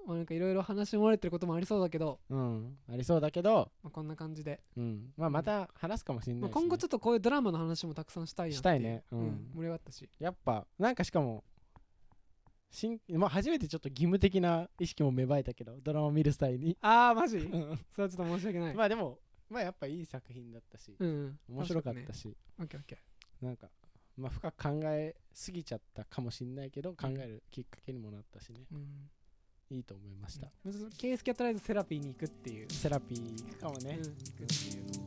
Speaker 3: まあ、なんかいろいろ話し漏れてることもありそうだけど、
Speaker 2: うんありそうだけど、
Speaker 3: まあ、こんな感じで、
Speaker 2: うんまあ、また話すかもしんな
Speaker 3: まあ、
Speaker 2: いしね、
Speaker 3: 今後ちょっとこういうドラマの話もたくさんしたいなってう
Speaker 2: したいねう
Speaker 3: うんん、盛り上がったし
Speaker 2: やっぱなんかしかもしん、まあ、初めてちょっと義務的な意識も芽生えたけどドラマ見る際に、
Speaker 3: ああマジ
Speaker 2: うん
Speaker 3: それはちょっと申し訳ない、
Speaker 2: まあでもまあやっぱいい作品だったし、
Speaker 3: うん
Speaker 2: 面白かった
Speaker 3: し、
Speaker 2: し、
Speaker 3: オッケーオッケー
Speaker 2: なんか、まあ、深く考えすぎちゃったかもしんないけど考えるきっかけにもなったしね、
Speaker 3: うん
Speaker 2: いいと思いました、
Speaker 3: うん、ケースキャとりあえずセラピーに行くっていう、
Speaker 2: セラピー行くかもね、
Speaker 3: うん行くっていう